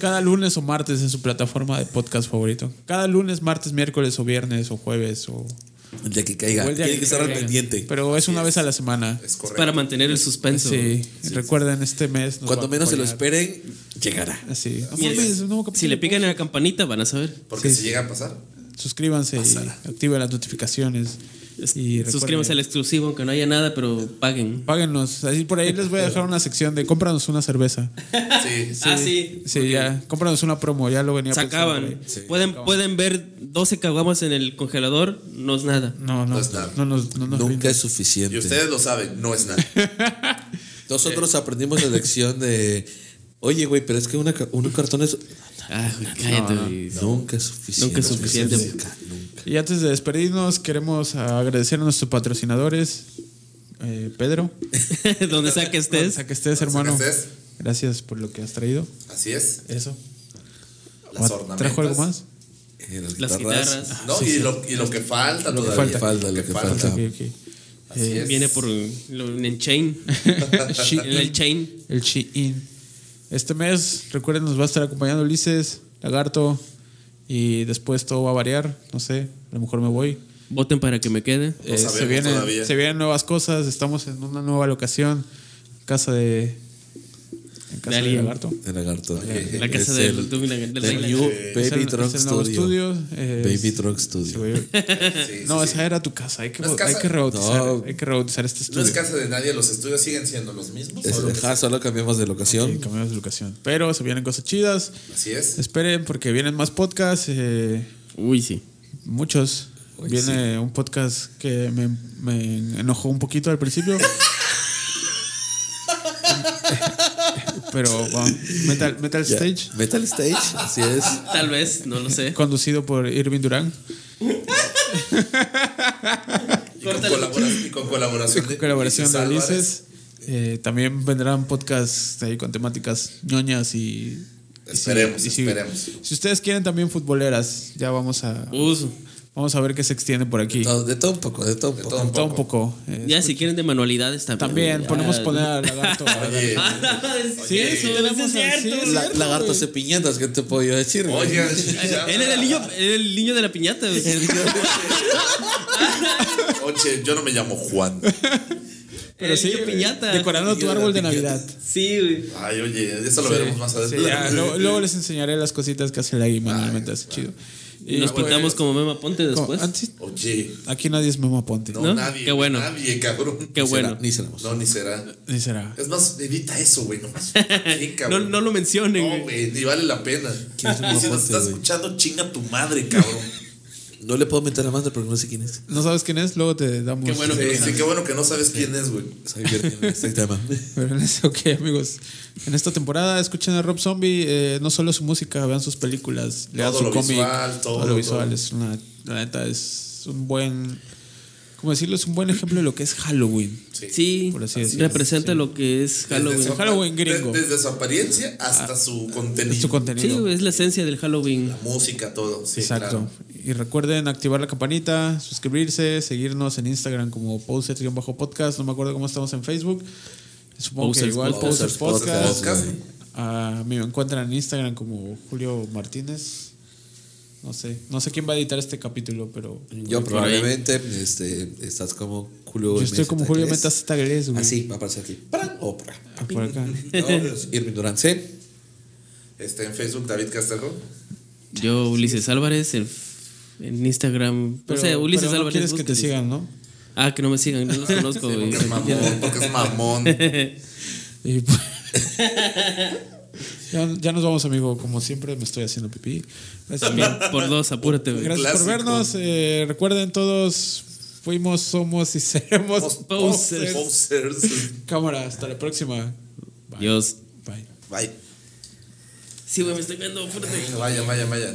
S1: cada lunes o martes en su plataforma de podcast favorito. Cada lunes, martes, miércoles o viernes o jueves o...
S6: el día que caiga.
S1: o el día
S6: Tiene que, estar al
S1: caiga.
S6: pendiente.
S1: Pero es una vez a la semana.
S5: Es correcto.
S4: Para mantener el suspenso.
S1: Sí, recuerden este mes. nos
S6: Cuando
S1: va a
S6: menos se lo
S1: acompañar.
S6: esperen, llegará.
S1: Así. No
S4: Miren,
S1: mames, un nuevo
S4: si le
S1: capítulo.
S4: pican a la campanita, van a saber.
S5: Porque
S1: Sí,
S5: si
S1: sí.
S5: llega a pasar.
S1: Suscríbanse y activen las notificaciones. Y recuerden-
S4: Suscríbanse al exclusivo, aunque no haya nada, pero paguen.
S1: Páguenos. Así por ahí les voy a dejar una sección de cómpranos una cerveza.
S5: Sí.
S4: Ah, *laughs* sí.
S1: Sí, ya. Cómpranos una promo. Ya lo venía
S4: Se
S1: pensando por
S4: acaban.
S1: ahí.
S4: pueden, pueden ver 12 caguamas en el congelador, no es nada.
S1: No, no.
S5: No está.
S1: No, nos- no nos
S6: Nunca
S1: rindan.
S6: es suficiente.
S5: Y ustedes lo saben, no es nada.
S6: Nosotros
S1: *laughs*
S6: aprendimos la lección de. Oye, güey, pero es que una, ca- un cartón es.
S4: Ah, güey, cállate, güey.
S6: Nunca es suficiente.
S4: Nunca es suficiente.
S6: Nunca, nunca.
S1: Y antes de despedirnos, queremos agradecer a nuestros patrocinadores. Eh, Pedro, *laughs*
S4: *laughs* Donde sea que
S6: Este
S4: estés.
S1: a que estés, hermano.
S5: que estés.
S1: Gracias por lo que has traído.
S5: Así es.
S1: Eso.
S5: Las
S1: ¿Trajo
S5: ornamentas.
S1: algo más?
S6: Eh,
S4: Las guitarras.
S1: Ah,
S5: No, y, Lo, y lo que falta todavía.
S6: falta. Falta, lo que falta.
S1: Ok, ok.
S5: Así es.
S4: Eh, Viene por lo- en
S1: *laughs*
S4: el chain.
S1: Shein.
S4: en el chain.
S1: El Shein. Este mes, recuerden, nos va a estar acompañando Ulises, Lagarto. Y después todo va a variar. No sé, a lo mejor me voy.
S4: Voten para que me quede.
S1: Eh,
S5: sabemos
S1: se, vienen,
S5: todavía.
S1: se vienen nuevas cosas. Estamos en una nueva locación. Casa de. En casa de,
S4: alguien.
S1: Lagarto.
S6: El lagarto.
S4: La casa
S6: Eh, Es
S4: del, del-
S6: el-
S4: del- del
S6: del
S4: rey.
S6: New
S1: Es el-
S6: Baby
S1: es el
S6: Truck
S1: nuevo
S6: Studio.
S1: estudio, eh,
S6: Baby
S1: es-
S6: Truck
S1: se
S6: Studio.
S1: va a ir-
S5: Sí, sí,
S1: No,
S5: sí.
S1: esa era tu casa. Hay que,
S5: No es
S1: hay
S5: casa.
S1: que rebautizar.
S6: No.
S1: Hay que rebautizar este
S5: No
S1: estudio.
S5: es casa de nadie, los estudios siguen siendo los mismos.
S6: Es-
S5: solo que-
S6: ajá, solo cambiamos de
S1: Sí,
S6: locación.
S1: cambiamos de locación. Pero se vienen cosas chidas.
S5: Así es.
S1: Esperen porque vienen más podcasts. eh,
S4: Uy, sí.
S1: muchos. Viene un podcast que me, me enojó un poquito al principio. Pero bueno, Metal, Metal
S6: Ya.
S1: Stage,
S6: Metal Stage, así es.
S4: Tal vez, no lo sé.
S1: conducido por Irving Durán.
S5: Y con, colabora- y con colaboración de
S1: colaboración de
S5: Álvarez.
S1: Ulises. Eh, también vendrán podcasts ahí con temáticas ñoñas y. y si-
S5: Esperemos,
S1: y si,
S5: esperemos.
S1: Si ustedes quieren también futboleras, ya vamos a.
S4: Uso.
S1: Vamos a ver qué se extiende por aquí.
S6: Todo- de todo un poco, de todo un poco.
S5: todo un
S1: Todo un poco. Eh,
S4: Ya, si quieren de manualidades también.
S1: También
S4: Ya.
S1: ponemos poner al lagarto.
S4: *laughs* Ah, sí,
S1: Eh, Oye,
S4: eso,
S1: sí,
S4: eso
S1: tenemos
S4: es
S1: así,
S4: cierto.
S1: la-
S6: La- Lagartos de piñatas, ¿qué te puedo yo decir? güey?
S5: Oye,
S4: Él era el niño, era el niño de la piñata. güey.
S5: oye, yo no me llamo Juan.
S1: Pero
S4: El
S1: sí,
S4: niño piñata.
S1: decorando tu
S6: Niño de
S1: árbol de
S6: la piñata.
S1: Navidad.
S4: Sí, güey.
S5: Ay, oye, eso lo veremos más
S1: Sí,
S5: adelante.
S1: ya, luego, luego les enseñaré las cositas que hace la Gui manualmente, así chido.
S4: Y nos
S1: pues,
S4: pintamos como Mema Ponte
S1: como-
S4: después.
S1: antes-
S5: *laughs* Oye,
S1: aquí nadie es Memo Aponte.
S5: no,
S1: No.
S4: ¿No?
S5: nadie.
S4: Qué bueno.
S5: Nadie, cabrón.
S4: Qué
S5: Ni será.
S4: bueno.
S6: Ni se la vamos.
S5: No, ni será.
S1: Sí será.
S5: Es más, evita eso, güey,
S4: *laughs*
S5: nomás. Sí,
S4: No,
S5: cabrón.
S4: no lo mencionen,
S5: No,
S4: güey.
S5: güey, ni vale la pena.
S6: ¿Quién es un
S5: Y si nos
S6: guapote,
S5: estás
S6: güey?
S5: escuchando, chinga tu madre, cabrón.
S6: No le puedo meter la mano porque no sé quién es.
S1: ¿No sabes quién es? Luego te damos.
S5: Sí, sí, qué bueno que no sabes quién es, güey.
S6: Soy virgen
S1: *laughs*
S6: en este tema.
S1: Pero en ese- ok, amigos. En esta temporada escuchen a Rob Zombie, eh, no solo su música, vean sus películas, lean
S5: Todo
S1: su
S5: lo
S1: cómic.
S5: visual, todo,
S1: lo visual
S5: todo.
S1: es una. La neta es un buen. ¿Cómo decirlo? Es un buen ejemplo de lo que es Halloween.
S4: Sí,
S1: Por así decirlo,
S4: representa lo que es Halloween.
S5: Desde su-
S1: Halloween gringo.
S5: de- desde su apariencia hasta su contenido.
S1: Es su
S4: Sí,
S1: contenido.
S4: güey, es la esencia del Halloween.
S5: Música, todo. Sí,
S1: Exacto. Y recuerden activar la campanita, suscribirse, seguirnos en Instagram como Posers-podcast. No me acuerdo cómo estamos en Facebook. Supongo que
S4: Posers
S1: igual
S4: Podcast.
S1: Posers Podcast.
S5: Podcast.
S1: Ah, me encuentran en Instagram como Julio Martínez. No sé. No sé quién va a editar este capítulo, pero.
S6: Yo probablemente este, estás como Julio
S1: Yo estoy
S6: Mesa
S1: como Julio
S6: Taglés.
S1: Metas Taglés, güey.
S6: Así, va a aparecer aquí. ¡Pran! O
S1: *laughs*
S6: pra.
S1: Ah, Por acá.
S6: Irving Durán C.
S5: claro. Este, en Facebook, David Castelo.
S4: Yo, Ulises Álvarez, en, en Instagram.
S1: Pero,
S4: o sea, Ulises
S1: pero no
S4: Álvarez.
S1: quieres que te
S4: búsquense.
S1: sigan, ¿no?
S4: Ah, que no me sigan, no los conozco. güey.
S5: Porque es
S4: *laughs*
S5: mamón, porque es mamón.
S1: Y pues- *laughs* ya, ya nos vamos, amigo. Como siempre, me estoy haciendo pipí. Gracias,
S4: También por dos, apúrate, güey.
S1: Gracias
S5: Clásico.
S1: por vernos. Eh, recuerden todos, fuimos, somos y seremos
S4: Posers.
S1: posers.
S5: Posers.
S1: Cámara, hasta la próxima. Bye.
S4: Dios.
S1: Bye.
S5: Vaya,
S4: Sí, güey, me estoy viendo, apúrate.
S5: vaya, vaya, vaya.